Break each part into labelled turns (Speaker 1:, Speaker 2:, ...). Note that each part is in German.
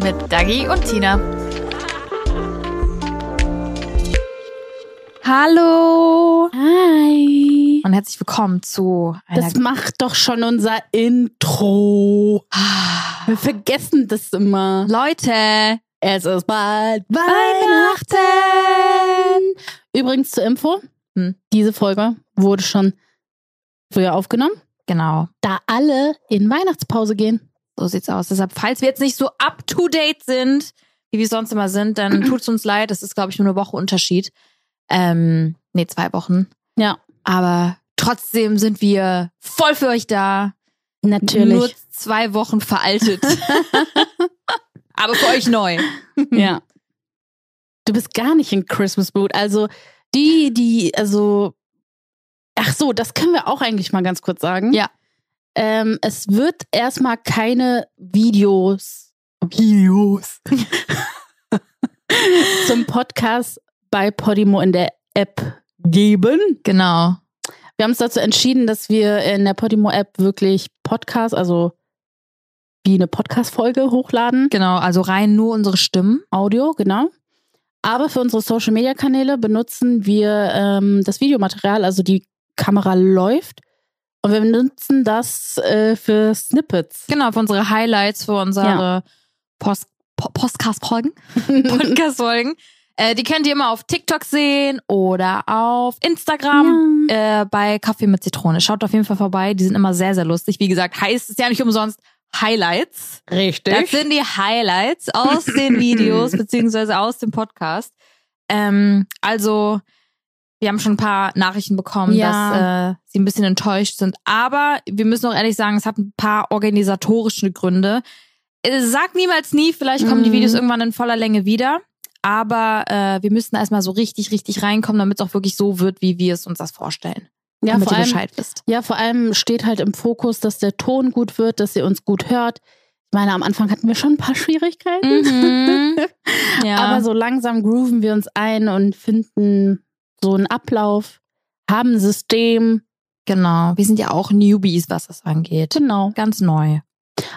Speaker 1: Mit Dagi und Tina. Hallo
Speaker 2: Hi.
Speaker 1: und herzlich willkommen zu einer
Speaker 2: Das macht doch schon unser Intro.
Speaker 1: Ah.
Speaker 2: Wir vergessen das immer.
Speaker 1: Leute.
Speaker 2: Es ist bald Weihnachten. Übrigens zur Info,
Speaker 1: Hm.
Speaker 2: diese Folge wurde schon früher aufgenommen,
Speaker 1: Genau,
Speaker 2: da alle in Weihnachtspause gehen.
Speaker 1: so sieht's aus. Deshalb, falls wir jetzt nicht so up to date sind, wie wir sonst immer sind, dann tut's uns leid. Es ist, glaube ich, nur eine Woche Unterschied. Ähm, nee, zwei Wochen.
Speaker 2: Ja,
Speaker 1: Aber trotzdem sind wir voll für euch da. Nur zwei Wochen veraltet. Aber für euch neu.
Speaker 2: Ja. Du bist gar nicht in Christmas Mood. Also die, die, also ach so, das können wir auch eigentlich mal ganz kurz sagen.
Speaker 1: Ja.
Speaker 2: Ähm, es wird erstmal keine Videos, Videos zum Podcast bei Podimo in der App geben.
Speaker 1: Genau.
Speaker 2: Wir haben uns dazu entschieden, dass wir in der Podimo-App wirklich Podcast, also wie eine Podcast-Folge hochladen.
Speaker 1: Genau. Also rein nur unsere Stimmen.
Speaker 2: Audio, genau. Aber für unsere Social Media Kanäle benutzen wir ähm, das Videomaterial, also die Kamera läuft. Und wir benutzen das äh, für Snippets.
Speaker 1: Genau. Für unsere Highlights, für unsere Post po Podcast-Folgen. Podcast-Folgen. Äh, die könnt ihr immer auf TikTok sehen oder auf Instagram.
Speaker 2: Ja.
Speaker 1: Äh, bei Kaffee mit Zitrone. Schaut auf jeden Fall vorbei. Die sind immer sehr, sehr lustig. Wie gesagt, heißt es ja nicht umsonst Highlights. Das
Speaker 2: Richtig.
Speaker 1: sind die Highlights aus den Videos beziehungsweise aus dem Podcast. Ähm, also, wir haben schon ein paar Nachrichten bekommen,
Speaker 2: Ja.
Speaker 1: dass äh, sie ein bisschen enttäuscht sind. Aber wir müssen auch ehrlich sagen, es hat ein paar organisatorische Gründe. Äh, Sag niemals nie, vielleicht kommen die
Speaker 2: Mhm.
Speaker 1: Videos irgendwann in voller Länge wieder. Aber äh, wir müssen erstmal so richtig, richtig reinkommen, damit es auch wirklich so wird, wie wir es uns das vorstellen.
Speaker 2: Ja,
Speaker 1: damit
Speaker 2: vor
Speaker 1: ihr
Speaker 2: allem,
Speaker 1: Bescheid wisst.
Speaker 2: ja, vor allem steht halt im Fokus, dass der Ton gut wird, dass ihr uns gut hört. Ich meine, am Anfang hatten wir schon ein paar Schwierigkeiten,
Speaker 1: Mhm, ja.
Speaker 2: aber so langsam grooven wir uns ein und finden so einen Ablauf, haben ein System.
Speaker 1: genau. Wir sind ja auch Newbies, was das angeht.
Speaker 2: Genau.
Speaker 1: Ganz neu.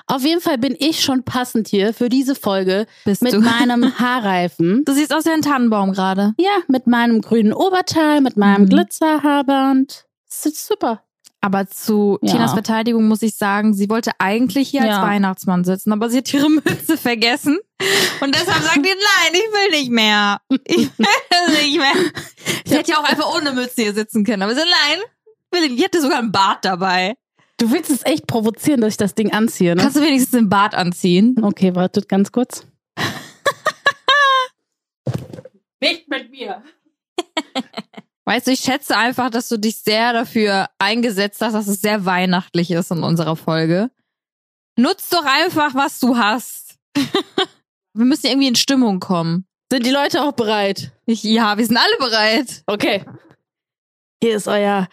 Speaker 2: Auf jeden Fall bin ich schon passend hier für diese Folge
Speaker 1: Bist
Speaker 2: mit
Speaker 1: du.
Speaker 2: meinem Haarreifen.
Speaker 1: Du siehst aus wie ein Tannenbaum gerade.
Speaker 2: Ja, mit meinem grünen Oberteil, mit meinem
Speaker 1: Mhm.
Speaker 2: Glitzerhaarband. Das ist super.
Speaker 1: Aber zu
Speaker 2: Ja.
Speaker 1: Tinas Verteidigung muss ich sagen, sie wollte eigentlich hier
Speaker 2: Ja.
Speaker 1: als Weihnachtsmann sitzen, aber sie hat ihre Mütze vergessen. Und deshalb sagt sie, nein, ich will nicht mehr. Ich will nicht mehr. Sie hätte ja auch einfach ohne Mütze hier sitzen können. Aber sie, nein, will, ich hätte sogar einen Bart dabei.
Speaker 2: Du willst es echt provozieren, dass ich das Ding anziehe, ne?
Speaker 1: Kannst du wenigstens den Bart anziehen?
Speaker 2: Okay, wartet ganz kurz.
Speaker 1: Weißt du, ich schätze einfach, dass du dich sehr dafür eingesetzt hast, dass es sehr weihnachtlich ist in unserer Folge. Nutz doch einfach, was du hast. Wir müssen irgendwie in Stimmung kommen.
Speaker 2: Sind die Leute auch bereit?
Speaker 1: Ich, ja, wir sind alle bereit.
Speaker 2: Okay. Hier ist euer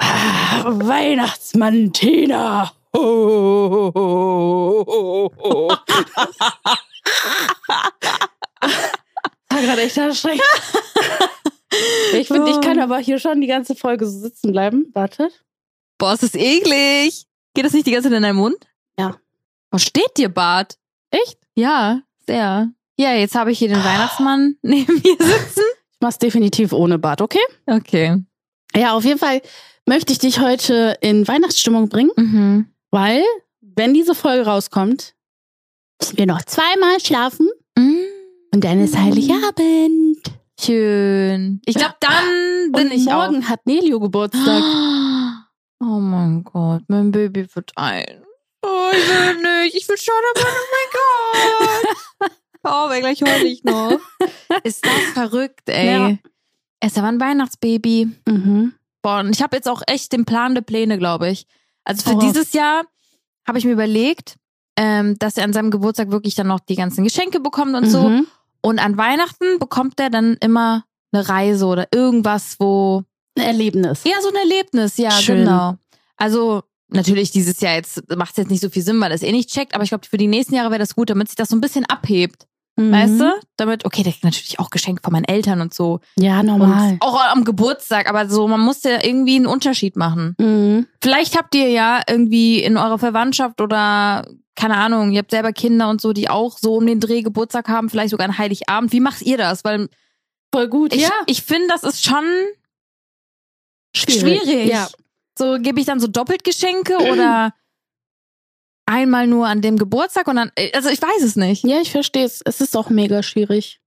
Speaker 2: ah, Weihnachtsmann Tina. Ho, ho, ho, ho, ho, ho. War gerade echt erschreckt. Ich finde, ich kann aber hier schon die ganze Folge so sitzen bleiben. Wartet.
Speaker 1: Boah, es ist eklig. Geht das nicht die ganze Zeit in deinen Mund?
Speaker 2: Ja.
Speaker 1: Was steht dir, Bart?
Speaker 2: Echt?
Speaker 1: Ja, sehr. Ja, jetzt habe ich hier
Speaker 2: Ah.
Speaker 1: den Weihnachtsmann neben mir sitzen.
Speaker 2: Ich mach's definitiv ohne Bart, okay?
Speaker 1: Okay.
Speaker 2: Ja, auf jeden Fall möchte ich dich heute in Weihnachtsstimmung bringen,
Speaker 1: Mhm.
Speaker 2: weil, wenn diese Folge rauskommt, müssen wir noch zweimal schlafen.
Speaker 1: Mhm.
Speaker 2: Und dann ist Heiligabend.
Speaker 1: Schön. Ich glaube, dann bin
Speaker 2: Und
Speaker 1: ich auch.
Speaker 2: morgen hat Nelio Geburtstag.
Speaker 1: Oh mein Gott, mein Baby wird ein. Oh, ich will nicht. Ich will schon, aber oh mein Gott. Oh, aber gleich heul ich noch. Ist das verrückt, ey.
Speaker 2: Ja.
Speaker 1: Es ist aber ein Weihnachtsbaby.
Speaker 2: Mhm.
Speaker 1: Boah, und ich habe jetzt auch echt den Plan der Pläne, glaube ich. Also für
Speaker 2: Oh.
Speaker 1: dieses Jahr habe ich mir überlegt, ähm, dass er an seinem Geburtstag wirklich dann noch die ganzen Geschenke bekommt und so.
Speaker 2: Mhm.
Speaker 1: Und an Weihnachten bekommt er dann immer eine Reise oder irgendwas, wo.
Speaker 2: Ein Erlebnis.
Speaker 1: Ja, so ein Erlebnis, ja,
Speaker 2: Schön.
Speaker 1: genau. Also natürlich dieses Jahr jetzt macht es jetzt nicht so viel Sinn, weil das eh nicht checkt, aber ich glaube, für die nächsten Jahre wäre das gut, damit sich das so ein bisschen abhebt.
Speaker 2: Mhm.
Speaker 1: Weißt du? Damit, okay, der kriegt natürlich auch Geschenke von meinen Eltern und so.
Speaker 2: Ja, normal.
Speaker 1: Und auch am Geburtstag, aber so, man muss ja irgendwie einen Unterschied machen.
Speaker 2: Mhm.
Speaker 1: Vielleicht habt ihr ja irgendwie in eurer Verwandtschaft oder keine Ahnung, ihr habt selber Kinder und so, die auch so um den Dreh Geburtstag haben, vielleicht sogar an Heiligabend. Wie macht ihr das? Weil
Speaker 2: Voll gut,
Speaker 1: ich,
Speaker 2: ja.
Speaker 1: ich finde, das ist schon schwierig.
Speaker 2: Schwierig. Ja.
Speaker 1: So gebe ich dann so doppelt Geschenke oder einmal nur an dem Geburtstag und dann, also ich weiß es nicht.
Speaker 2: Ja, ich verstehe es. Es ist auch mega schwierig.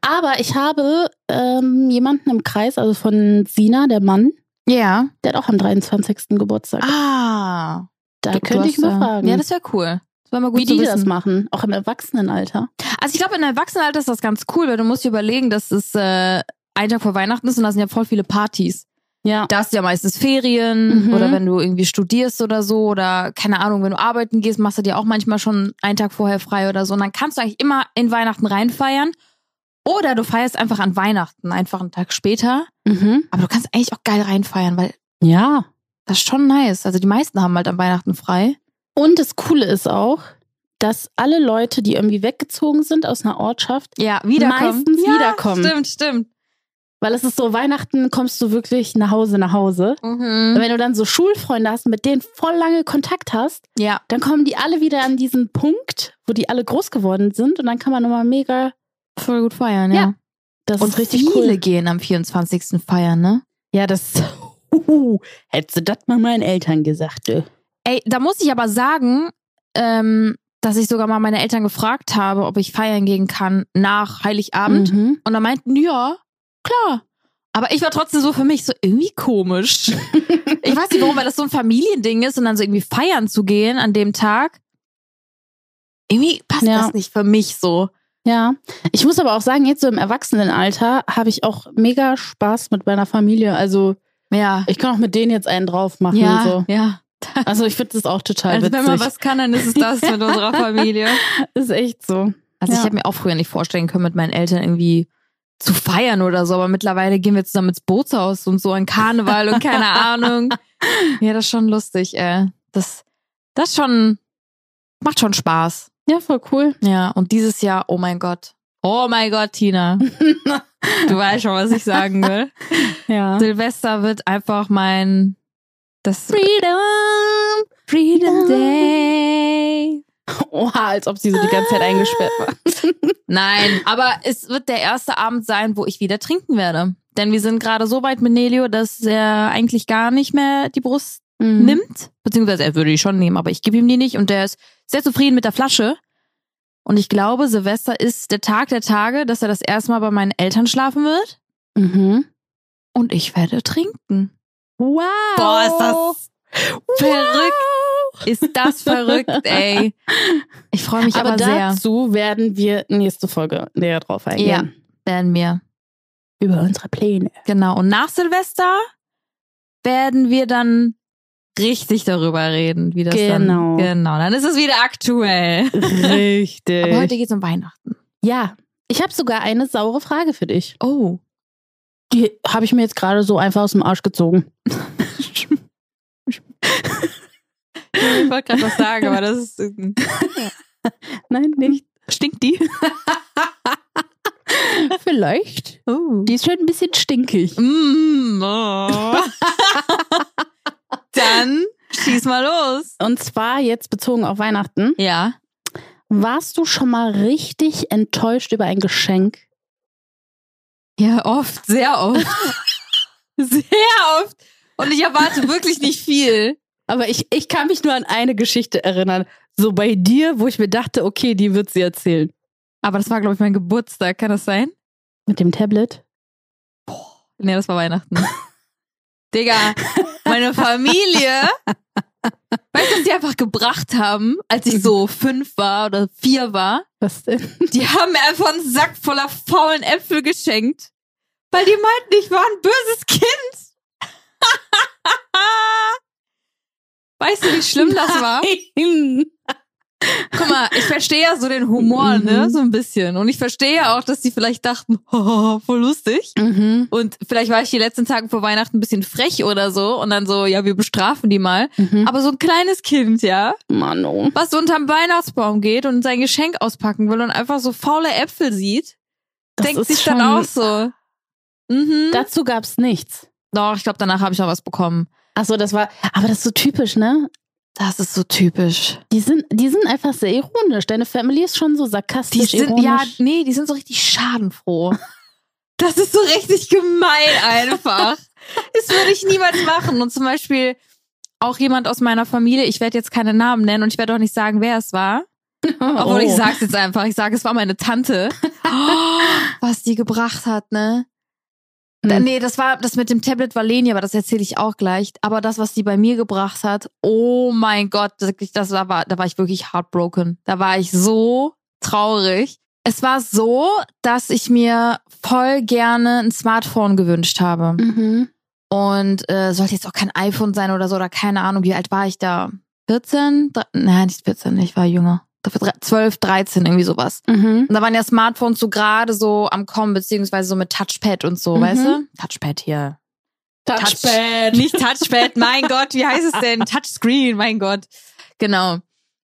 Speaker 2: Aber ich habe ähm, jemanden im Kreis, also von Sina, der Mann,
Speaker 1: Ja.
Speaker 2: der hat auch am 23. Geburtstag.
Speaker 1: Ah.
Speaker 2: da
Speaker 1: Du- du
Speaker 2: könnte ich
Speaker 1: hast
Speaker 2: mal
Speaker 1: da-
Speaker 2: fragen,
Speaker 1: Ja, das wäre cool. Das war mal gut
Speaker 2: wie
Speaker 1: zu
Speaker 2: die
Speaker 1: wissen.
Speaker 2: das machen. Auch im Erwachsenenalter.
Speaker 1: Also ich glaube, in Erwachsenenalter ist das ganz cool, weil du musst dir überlegen, dass es äh, ein Tag vor Weihnachten ist und da sind ja voll viele Partys.
Speaker 2: Ja.
Speaker 1: Da hast du ja meistens Ferien
Speaker 2: Mhm.
Speaker 1: oder wenn du irgendwie studierst oder so oder keine Ahnung, wenn du arbeiten gehst, machst du dir auch manchmal schon einen Tag vorher frei oder so. Und dann kannst du eigentlich immer in Weihnachten reinfeiern. Oder du feierst einfach an Weihnachten, einfach einen Tag später.
Speaker 2: Mhm.
Speaker 1: Aber du kannst eigentlich auch geil reinfeiern, weil
Speaker 2: Ja.
Speaker 1: das ist schon nice. Also die meisten haben halt an Weihnachten frei.
Speaker 2: Und das Coole ist auch, dass alle Leute, die irgendwie weggezogen sind aus einer Ortschaft,
Speaker 1: Ja, wiederkommen.
Speaker 2: Meistens
Speaker 1: ja,
Speaker 2: wiederkommen.
Speaker 1: Stimmt, stimmt.
Speaker 2: weil es ist so, Weihnachten kommst du wirklich nach Hause, nach Hause. Und
Speaker 1: Mhm.
Speaker 2: wenn du dann so Schulfreunde hast, mit denen voll lange Kontakt hast,
Speaker 1: Ja,
Speaker 2: dann kommen die alle wieder an diesen Punkt, wo die alle groß geworden sind und dann kann man nochmal mega,
Speaker 1: voll gut feiern,
Speaker 2: Ja.
Speaker 1: ja.
Speaker 2: das
Speaker 1: Und
Speaker 2: ist richtig
Speaker 1: viele
Speaker 2: cool.
Speaker 1: gehen am 24. feiern, ne?
Speaker 2: Ja, das, huhu, hättest du das mal meinen Eltern gesagt. du.
Speaker 1: Ey, da muss ich aber sagen, ähm, dass ich sogar mal meine Eltern gefragt habe, ob ich feiern gehen kann nach Heiligabend.
Speaker 2: Mhm.
Speaker 1: Und da meinten, ja, klar. Aber ich war trotzdem so für mich so irgendwie komisch. ich weiß nicht warum, weil das so ein Familiending ist und dann so irgendwie feiern zu gehen an dem Tag. Irgendwie passt
Speaker 2: Ja.
Speaker 1: das nicht für mich so.
Speaker 2: Ja, ich muss aber auch sagen, jetzt so im Erwachsenenalter habe ich auch mega Spaß mit meiner Familie. Also
Speaker 1: Ja.
Speaker 2: ich kann auch mit denen jetzt einen drauf machen.
Speaker 1: Ja,
Speaker 2: So.
Speaker 1: ja.
Speaker 2: Also ich finde das auch total
Speaker 1: Also
Speaker 2: witzig.
Speaker 1: wenn man was kann, dann ist es das mit unserer Familie.
Speaker 2: ist echt so.
Speaker 1: Also ich
Speaker 2: Ja.
Speaker 1: habe mir auch früher nicht vorstellen können, mit meinen Eltern irgendwie zu feiern oder so, aber mittlerweile gehen wir zusammen ins Bootshaus und so an Karneval und keine Ahnung. Ja, das ist schon lustig, ey. Das, das schon, macht schon Spaß.
Speaker 2: Ja, voll cool.
Speaker 1: Ja, und dieses Jahr, oh mein Gott. Oh mein Gott, Tina. Du weißt schon, was ich sagen will.
Speaker 2: Ja.
Speaker 1: Silvester wird einfach mein, das
Speaker 2: Freedom!
Speaker 1: Freedom Day.
Speaker 2: Oha, als ob sie so die ganze Zeit eingesperrt war.
Speaker 1: Nein, aber es wird der erste Abend sein, wo ich wieder trinken werde. Denn wir sind gerade so weit mit Nelio, dass er eigentlich gar nicht mehr die Brust
Speaker 2: Mhm.
Speaker 1: nimmt. Beziehungsweise er würde die schon nehmen, aber ich gebe ihm die nicht. Und der ist sehr zufrieden mit der Flasche. Und ich glaube, Silvester ist der Tag der Tage, dass er das erste Mal bei meinen Eltern schlafen wird.
Speaker 2: Mhm.
Speaker 1: Und ich werde trinken.
Speaker 2: Wow.
Speaker 1: Boah, ist das verrückt. Ist das verrückt, ey. Ich freue mich aber,
Speaker 2: Aber
Speaker 1: sehr.
Speaker 2: dazu werden wir nächste Folge näher drauf eingehen.
Speaker 1: Werden wir.
Speaker 2: Über unsere Pläne.
Speaker 1: Genau. Und nach Silvester werden wir dann richtig darüber reden, wie das
Speaker 2: Genau.
Speaker 1: dann. Genau. Dann ist es wieder aktuell.
Speaker 2: Richtig.
Speaker 1: Aber heute geht's um Weihnachten.
Speaker 2: ja, ich habe sogar eine saure Frage für dich.
Speaker 1: Oh.
Speaker 2: Die habe ich mir jetzt gerade so einfach aus dem Arsch gezogen.
Speaker 1: Ich wollte gerade was sagen, aber das ist. äh,
Speaker 2: Nein, nicht.
Speaker 1: Stinkt die?
Speaker 2: Vielleicht.
Speaker 1: Oh.
Speaker 2: Die ist schon ein bisschen stinkig.
Speaker 1: Mm, oh. dann schieß mal los.
Speaker 2: Und zwar jetzt bezogen auf Weihnachten.
Speaker 1: Ja.
Speaker 2: Warst du schon mal richtig enttäuscht über ein Geschenk?
Speaker 1: Ja, oft, sehr oft. sehr oft. Und ich erwarte wirklich nicht viel.
Speaker 2: Aber ich, ich kann mich nur an eine Geschichte erinnern. So bei dir, wo ich mir dachte, okay, die wird sie erzählen.
Speaker 1: Aber das war, glaube ich, mein Geburtstag. Kann das sein?
Speaker 2: Mit dem Tablet?
Speaker 1: Nee, das war Weihnachten. Digga, meine Familie, weißt du, was die einfach gebracht haben, als ich so fünf war oder vier war?
Speaker 2: Was denn?
Speaker 1: Die haben mir einfach einen Sack voller faulen Äpfel geschenkt, weil die meinten, ich war ein böses Kind. weißt du, wie schlimm das war?
Speaker 2: Mhm, Nein.
Speaker 1: Guck mal, ich verstehe ja so den Humor, ne?
Speaker 2: Mhm.
Speaker 1: So ein bisschen. Und ich verstehe ja auch, dass die vielleicht dachten, oh, voll lustig.
Speaker 2: Mhm.
Speaker 1: Und vielleicht war ich die letzten Tage vor Weihnachten ein bisschen frech oder so und dann so, ja, wir bestrafen die mal.
Speaker 2: Mhm.
Speaker 1: Aber so ein kleines Kind, ja,
Speaker 2: Mann, oh.
Speaker 1: was unterm Weihnachtsbaum geht und sein Geschenk auspacken will und einfach so faule Äpfel sieht,
Speaker 2: Das
Speaker 1: denkt
Speaker 2: ist
Speaker 1: sich
Speaker 2: schon,
Speaker 1: dann auch hm? so. Mhm.
Speaker 2: Dazu gab's nichts.
Speaker 1: Doch, ich glaube, danach habe ich auch was bekommen.
Speaker 2: Achso, das war, aber das ist so typisch, ne?
Speaker 1: Das ist so typisch.
Speaker 2: Die sind, die sind einfach sehr ironisch. Deine Family ist schon so
Speaker 1: Die
Speaker 2: sarkastisch
Speaker 1: sind,
Speaker 2: ironisch.
Speaker 1: ja, nee, die sind so richtig schadenfroh. Das ist so richtig gemein einfach. das würde ich niemals machen. Und zum Beispiel auch jemand aus meiner Familie, ich werde jetzt keine Namen nennen und ich werde auch nicht sagen, wer es war.
Speaker 2: Oh.
Speaker 1: Obwohl ich sag's jetzt einfach, ich sage, es war meine Tante. was die gebracht hat, ne? Da,
Speaker 2: Hm.
Speaker 1: nee, das war das mit dem Tablet war Leni, aber das erzähle ich auch gleich. Aber das, was die bei mir gebracht hat, oh mein Gott, wirklich, das war, war- da war ich wirklich heartbroken. Da war ich so traurig. Es war so, dass ich mir voll gerne ein Smartphone gewünscht habe.
Speaker 2: Mhm.
Speaker 1: Und äh, sollte jetzt auch kein iPhone sein oder so, oder keine Ahnung, wie alt war ich da? 14? Dre- Nein, nicht 14, ich war jünger. Dafür dre- 12, 13, irgendwie sowas.
Speaker 2: Mhm.
Speaker 1: Und da waren ja Smartphones so gerade so am Kommen, beziehungsweise so mit Touchpad und so,
Speaker 2: Mhm.
Speaker 1: weißt du? Touchpad hier, nicht Touchpad, mein Gott, wie heißt es denn? Touchscreen, mein Gott. Genau.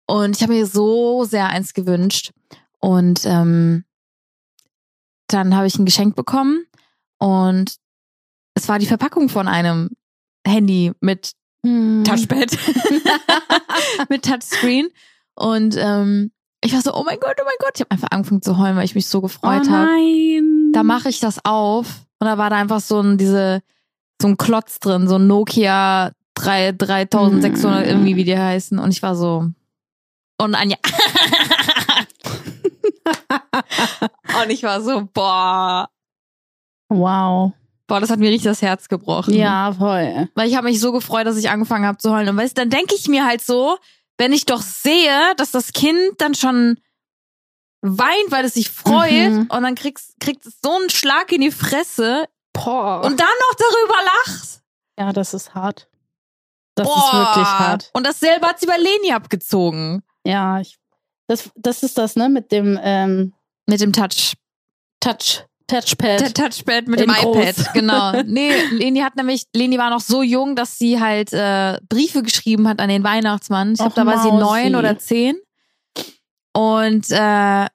Speaker 1: Und ich habe mir so sehr eins gewünscht. Und ähm, dann habe ich ein Geschenk bekommen und es war die Verpackung von einem Handy mit
Speaker 2: Mhm.
Speaker 1: Touchpad. mit Touchscreen. Und ähm, ich war so, oh mein Gott, oh mein Gott. Ich habe einfach angefangen zu heulen, weil ich mich so
Speaker 2: Oh
Speaker 1: gefreut habe
Speaker 2: nein.
Speaker 1: da mache ich das auf und da war da einfach so ein diese so ein Klotz drin, so ein Nokia 3, 3600
Speaker 2: Mm.
Speaker 1: irgendwie wie die heißen und ich war so und Anja und ich war so boah
Speaker 2: Wow.
Speaker 1: boah das hat mir richtig das Herz gebrochen.
Speaker 2: Ja, voll.
Speaker 1: weil ich habe mich so gefreut, dass ich angefangen habe zu heulen und weißt, du, dann denke ich mir halt so, wenn ich doch sehe, dass das Kind dann schon weint, weil es sich freut
Speaker 2: Mhm.
Speaker 1: und dann kriegst kriegt es so einen Schlag in die Fresse,
Speaker 2: Boah.
Speaker 1: und dann noch darüber lacht.
Speaker 2: ja, das ist hart. Das
Speaker 1: Boah.
Speaker 2: ist wirklich hart.
Speaker 1: Und dasselbe hat sie bei Leni abgezogen.
Speaker 2: Ja, ich, das, das ist das, ne, mit dem ähm,
Speaker 1: Mit dem Touch.
Speaker 2: Touch, Touchpad.
Speaker 1: Der Touchpad mit
Speaker 2: In
Speaker 1: dem
Speaker 2: groß.
Speaker 1: iPad, genau. Nee, Leni hat nämlich, Leni war noch so jung, dass sie halt äh, Briefe geschrieben hat an den Weihnachtsmann. Ich glaube,
Speaker 2: Och,
Speaker 1: da war sie
Speaker 2: Mausi.
Speaker 1: neun oder zehn. Und äh,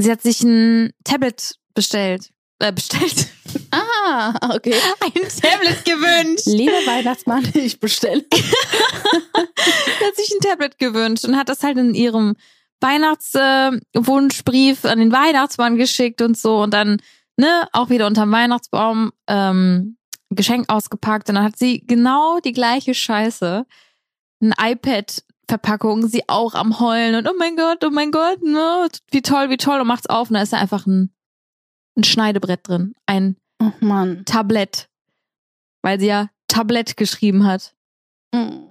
Speaker 1: sie hat sich ein Tablet bestellt. Äh, bestellt.
Speaker 2: ah, okay.
Speaker 1: Ein Tablet gewünscht.
Speaker 2: Lieber Weihnachtsmann, ich bestelle.
Speaker 1: Sie hat sich ein Tablet gewünscht und hat das halt in ihrem Weihnachtswunschbrief an den Weihnachtsmann geschickt und so und dann ne auch wieder unterm Weihnachtsbaum ähm, Geschenk ausgepackt und dann hat sie genau die gleiche Scheiße ein iPad Verpackung sie auch am heulen und oh mein Gott oh mein Gott ne wie toll wie toll und macht's auf und da ist da einfach ein ein Schneidebrett drin ein
Speaker 2: Oh Mann.
Speaker 1: Tablett weil sie ja Tablett geschrieben hat
Speaker 2: Hm.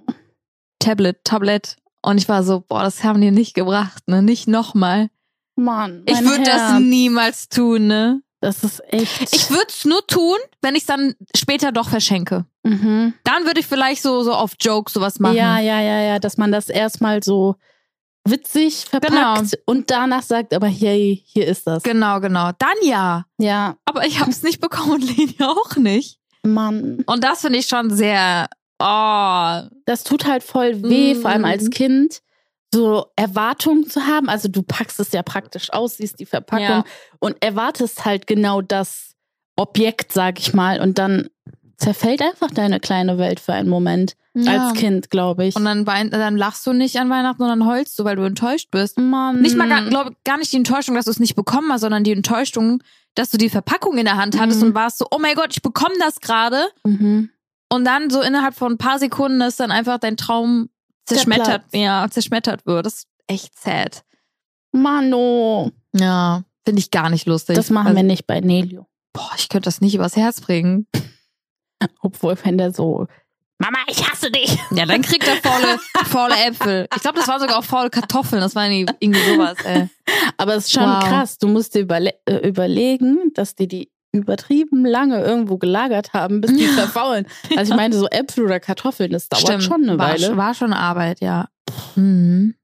Speaker 1: Tablet, Tablet. Und ich war so, boah, das haben die nicht gebracht, ne? Nicht nochmal.
Speaker 2: Mann.
Speaker 1: Ich
Speaker 2: mein
Speaker 1: würde das
Speaker 2: Herz.
Speaker 1: niemals tun, ne?
Speaker 2: Das ist echt.
Speaker 1: Ich würde es nur tun, wenn ich dann später doch verschenke.
Speaker 2: mhm.
Speaker 1: Dann würde ich vielleicht so, so auf Joke sowas machen.
Speaker 2: Ja, ja, ja, ja, dass man das erstmal so witzig verpackt und danach sagt, aber hey, hier ist das.
Speaker 1: Genau, genau. Dann ja.
Speaker 2: ja,
Speaker 1: Aber ich habe es nicht bekommen und Leni auch nicht.
Speaker 2: Mann.
Speaker 1: Und das finde ich schon sehr, oh,
Speaker 2: Das tut halt voll weh,
Speaker 1: Mm.
Speaker 2: vor allem als Kind, so Erwartungen zu haben. Also du packst es ja praktisch aus, siehst die Verpackung
Speaker 1: Ja.
Speaker 2: und erwartest halt genau das Objekt, sag ich mal. Und dann zerfällt einfach deine kleine Welt für einen Moment.
Speaker 1: ja.
Speaker 2: Als Kind, glaube ich.
Speaker 1: Und dann, wein- dann lachst du nicht an Weihnachten, sondern heulst du, weil du enttäuscht bist.
Speaker 2: Mann.
Speaker 1: Nicht mal gar, glaub, gar nicht die Enttäuschung, dass du es nicht bekommen hast, sondern die Enttäuschung, dass du die Verpackung in der Hand hattest
Speaker 2: Mhm.
Speaker 1: und warst so, oh mein Gott, ich bekomme das gerade.
Speaker 2: Mhm.
Speaker 1: Und dann so innerhalb von ein paar Sekunden ist dann einfach dein Traum zerschmettert, ja, zerschmettert wird. Das ist echt sad.
Speaker 2: Mann, oh.
Speaker 1: Ja. Finde ich gar nicht lustig.
Speaker 2: Das machen
Speaker 1: also,
Speaker 2: wir nicht bei Nelio.
Speaker 1: Boah, ich könnte das nicht übers Herz bringen.
Speaker 2: Obwohl, wenn der so, Mama, ich hasse dich.
Speaker 1: Ja, dann kriegt er faule, faule Äpfel. Ich glaube, das waren sogar auch faule Kartoffeln. Das war irgendwie irgendwie sowas, ey.
Speaker 2: Aber es ist schon
Speaker 1: Wow.
Speaker 2: krass. Du musst dir überle äh, überlegen, dass die die übertrieben lange irgendwo gelagert haben, bis die
Speaker 1: Ja.
Speaker 2: verfaulen. Also ich meine, so Äpfel oder Kartoffeln, das dauert
Speaker 1: Stimmt.
Speaker 2: schon eine
Speaker 1: war,
Speaker 2: Weile.
Speaker 1: War schon Arbeit, ja. Mhm.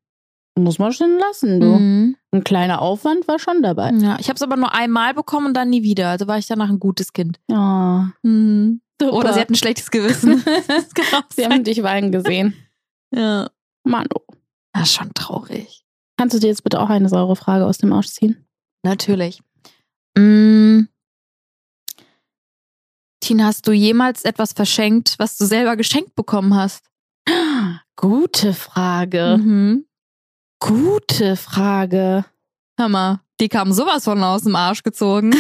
Speaker 2: Muss man schon lassen, du.
Speaker 1: Mhm.
Speaker 2: Ein kleiner Aufwand war schon dabei.
Speaker 1: Ja, ich habe es aber nur einmal bekommen und dann nie wieder. Also war ich danach ein gutes Kind.
Speaker 2: Ja.
Speaker 1: Mhm. Oder sie
Speaker 2: Super.
Speaker 1: hat ein schlechtes Gewissen. das kann auch
Speaker 2: Sie haben dich weinen gesehen.
Speaker 1: Ja.
Speaker 2: Mann, oh.
Speaker 1: Das ist schon traurig.
Speaker 2: Kannst du dir jetzt bitte auch eine saure Frage aus dem Arsch ziehen?
Speaker 1: Natürlich. Mhm. Tina, hast du jemals etwas verschenkt, was du selber geschenkt bekommen hast?
Speaker 2: Gute Frage.
Speaker 1: Mhm.
Speaker 2: Gute Frage.
Speaker 1: Hammer. Die kamen sowas von aus dem Arsch gezogen.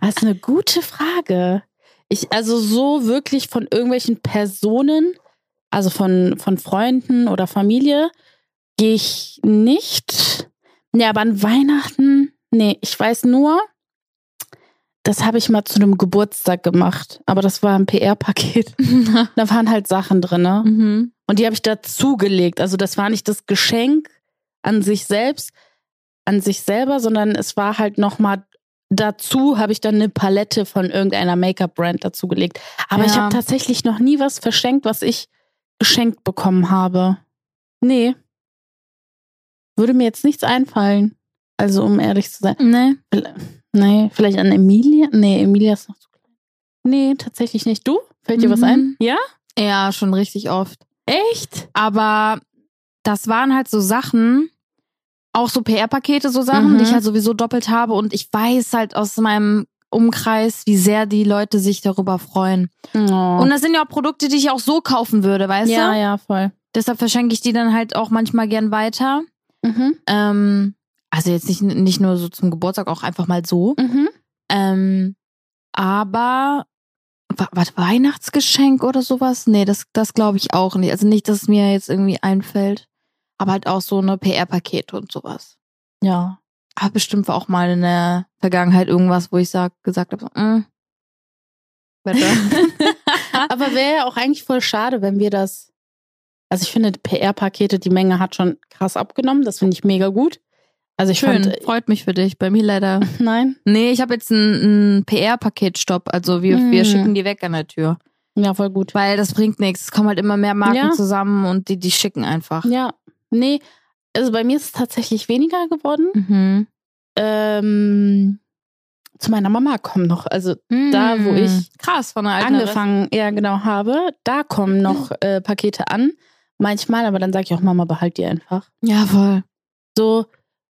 Speaker 2: Das ist eine gute Frage. Ich, also so wirklich von irgendwelchen Personen, also von, von Freunden oder Familie, gehe ich nicht. Nee, aber an Weihnachten, nee, ich weiß nur, das habe ich mal zu einem Geburtstag gemacht. Aber das war ein PR-Paket. Da waren halt Sachen drin, ne?
Speaker 1: mhm.
Speaker 2: Und die habe ich dazugelegt. Also das war nicht das Geschenk an sich selbst, an sich selber, sondern es war halt nochmal dazu, habe ich dann eine Palette von irgendeiner Make-up-Brand dazugelegt. Aber ich
Speaker 1: Ja.
Speaker 2: habe tatsächlich noch nie was verschenkt, was ich geschenkt bekommen habe. Nee. Würde mir jetzt nichts einfallen. Also um ehrlich zu sein.
Speaker 1: Nee.
Speaker 2: Nee, vielleicht an Emilia? Nee, Emilia ist noch zu klein. Nee, tatsächlich nicht. Du? Fällt dir was
Speaker 1: Mhm.
Speaker 2: ein? Ja?
Speaker 1: Ja, schon richtig oft.
Speaker 2: Echt?
Speaker 1: Aber das waren halt so Sachen, auch so PR-Pakete, so Sachen,
Speaker 2: Mhm.
Speaker 1: die ich halt sowieso doppelt habe. Und ich weiß halt aus meinem Umkreis, wie sehr die Leute sich darüber freuen.
Speaker 2: Oh.
Speaker 1: Und das sind ja auch Produkte, die ich auch so kaufen würde, weißt
Speaker 2: ja,
Speaker 1: du?
Speaker 2: ja, voll.
Speaker 1: Deshalb verschenke ich die dann halt auch manchmal gern weiter.
Speaker 2: Mhm.
Speaker 1: Ähm, also jetzt nicht, nicht nur so zum Geburtstag, auch einfach mal so.
Speaker 2: Mhm.
Speaker 1: Ähm, aber wa- was Weihnachtsgeschenk oder sowas? Nee, das, das glaube ich auch nicht. Also nicht, dass es mir jetzt irgendwie einfällt. Aber halt auch so eine PR-Pakete und sowas.
Speaker 2: Ja.
Speaker 1: Aber bestimmt war auch mal in der Vergangenheit irgendwas, wo ich sag, gesagt habe, so, mm, better.
Speaker 2: Aber wäre ja auch eigentlich voll schade, wenn wir das. Also ich finde, PR-Pakete, die Menge hat schon krass abgenommen. Das finde ich mega gut. Also ich
Speaker 1: Schön,
Speaker 2: fand. äh,
Speaker 1: freut mich für dich. Bei mir leider.
Speaker 2: Nein?
Speaker 1: Nee, ich habe jetzt einen PR-Paketstopp. Also wir, wir
Speaker 2: Mm.
Speaker 1: schicken die weg an der Tür.
Speaker 2: Ja, voll gut.
Speaker 1: Weil das bringt nichts. Es kommen halt immer mehr Marken
Speaker 2: Ja.
Speaker 1: zusammen und die, die schicken einfach.
Speaker 2: Ja. Nee, also bei mir ist es tatsächlich weniger geworden.
Speaker 1: Mhm.
Speaker 2: Ähm, zu meiner Mama kommen noch. Also Da, wo ich
Speaker 1: krass von der alten
Speaker 2: angefangen, ja genau, habe. Da kommen noch äh, Pakete an. Manchmal, aber dann sage ich auch, Mama, behalt die einfach.
Speaker 1: Ja, voll.
Speaker 2: So,